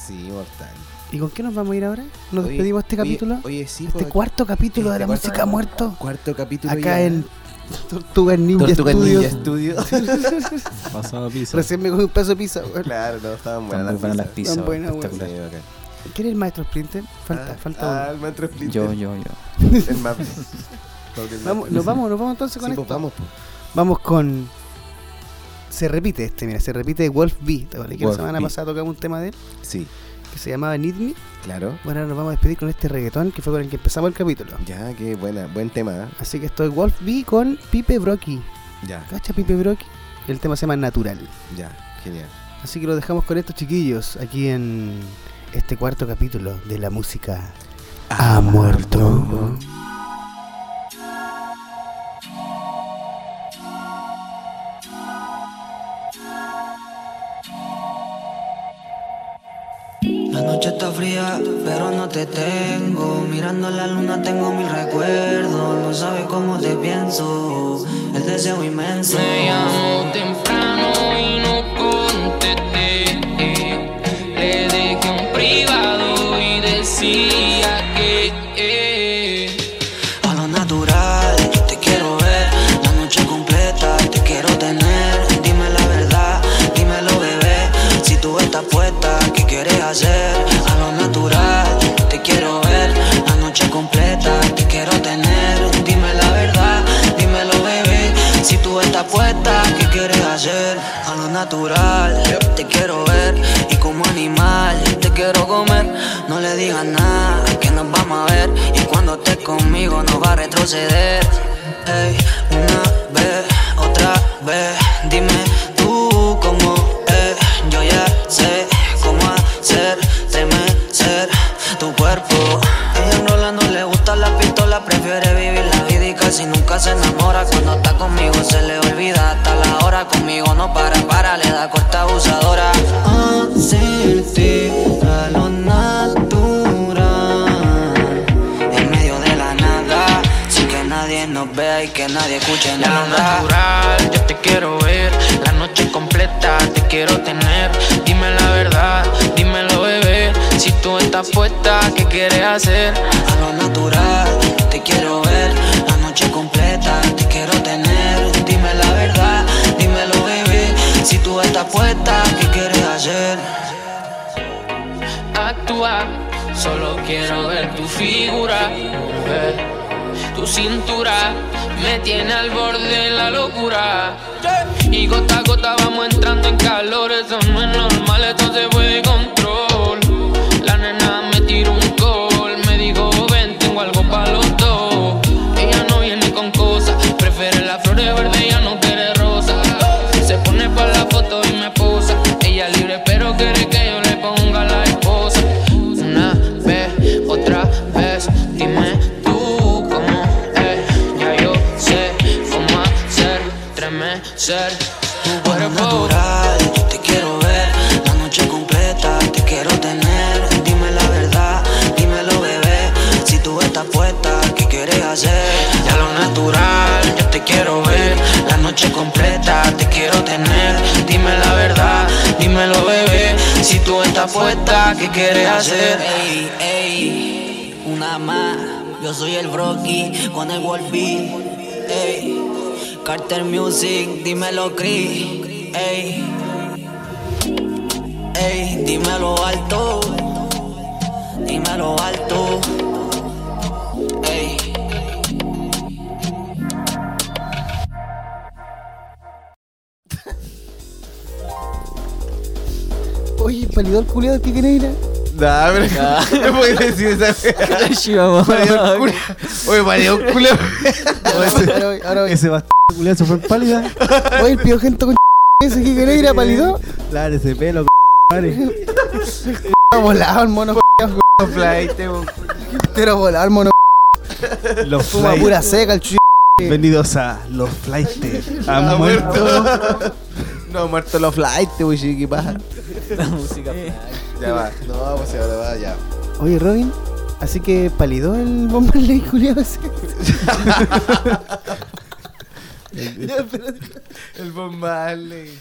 Sí, mortal.
¿Y con qué nos vamos a ir ahora? ¿Nos
Oye,
despedimos este
oye,
capítulo?
Oye, sí,
Este
pues,
cuarto capítulo de
este
la
cuarto-
música ha muerto.
Cuarto capítulo
Acá
ya.
en Tortuga Ninja
Tortuga
Studios.
Ninja Studio.
<laughs>
Pasado piso.
Recién me comí un pedazo de pizza, weón.
claro, no, estaban
Están
buenas
muy buenas las
pizzas.
pizzas.
Tan buena, weón.
espectacular.
Sí, bacán.
¿Quién es el maestro Splinter? Falta,
Ah,
falta
Ah,
uno.
el maestro Splinter.
Yo, yo, yo.
El mapa.
Vamos, nos vamos, nos vamos entonces con
Sí,
esto.
pues vamos. pues.
Vamos con. Se repite este, mira, se repite Wolf B. ¿Te acuerdas que la
Wolf
semana
B.
pasada tocamos un tema de él
Sí,
que se llamaba Need Me?
claro.
Bueno, ahora nos vamos a despedir con este reggaetón que fue con el que empezamos el capítulo.
Ya, qué buena, buen tema. ¿eh?
Así que estoy Wolf B con Pipe Brocky.
Ya,
¿Cacha Pipe Brocky? El tema se llama Natural.
ya, genial.
Así que lo dejamos con estos chiquillos aquí en este cuarto capítulo de la música ha muerto.
La noche está fría, pero no te tengo. Mirando la luna tengo mil recuerdos. No sabes cómo te pienso. El deseo inmenso.
Me llamó temprano y no contesté. Le dejé un privado y decía que. eh,
A lo natural, yo te quiero ver La noche completa, te quiero tener Dime la verdad, dímelo bebé Si tú estás puesta, ¿qué quieres hacer? A lo natural, te quiero ver La noche completa, te quiero tener Dime la verdad, dímelo bebé Si tú estás puesta, ¿qué quieres hacer? A lo natural, te quiero ver Y como animal, te quiero comer No le digas nada, que nos vamos a ver Y cuando estés conmigo no va a retroceder Ey, una vez, otra vez Dime tú cómo es Yo ya sé cómo hacer ser tu cuerpo Ella enrolando le gusta la pistola Prefiere vivir la vida y casi nunca se enamora Cuando está conmigo se le olvida hasta la hora Conmigo no para, para, le da corta abusadora Hacerte a lo natural en medio de la nada, sin que nadie nos vea y que nadie escuche
Ya lo
nada.
natural, yo te quiero ver. La noche completa, te quiero tener. Dime la verdad, dímelo, bebé. Si tú estás puesta, ¿qué quieres hacer?
A lo natural, te quiero ver. La noche completa, te quiero tener. Dime la verdad, dímelo, bebé. Si tú estás puesta, ¿qué quieres hacer?
Actúa, solo quiero ver tu figura, mujer. Tu cintura me tiene al borde de la locura. Y gota a gota vamos entrando en calor, eso no es normal, esto se fue de control. La nena me tiró un gol, me dijo ven, tengo algo para los dos. Ella no viene con cosas, prefiere las flores verdes, ella no quiere rosas. Se pone para la foto y me posa, ella es libre pero quiere que yo le ponga la esposa. Una vez, otra vez, dime tú cómo es, ya yo sé cómo hacer, tremecer tu cuerpo.
Te quiero ver, la noche completa, te quiero tener. Dime la verdad, dímelo, bebé. Si tú estás puesta, ¿qué quieres hacer? Ya lo natural, yo te quiero ver. La noche completa, te quiero tener.
Dime la verdad, dímelo bebé, si tú estás puesta, ¿qué quieres hacer?
Ey, ey, una más. Yo soy el Brocky con el Wolfie. Ey, Carter Music, dímelo, Chris. Ey, ey, dímelo alto. Dímelo alto. Ey.
Oye, palidor culiado de pique negra.
Nah, pero <laughs> no puedes decir esa <laughs> wea. Validor culo. Oye, validor culo. <laughs>
Ese bastardo culiado se fue en pálida.
Oye, el piojento con <laughs> ese pique negra palidó.
Claro, ese pelo, madre.
Pero volado el mono. <laughs> Pero volado el mono.
Los
Fuma
flight-
pura seca el ch.
Bienvenidos a Los Flightes. Han muerto.
No, ha muerto los flights, wey, sí, ¿qué pasa? Eh.
La música.
Ya va. No, pues ahora va, ya.
Oye, Robin, así que palidó el bomba ley culiado ese.
El bombale.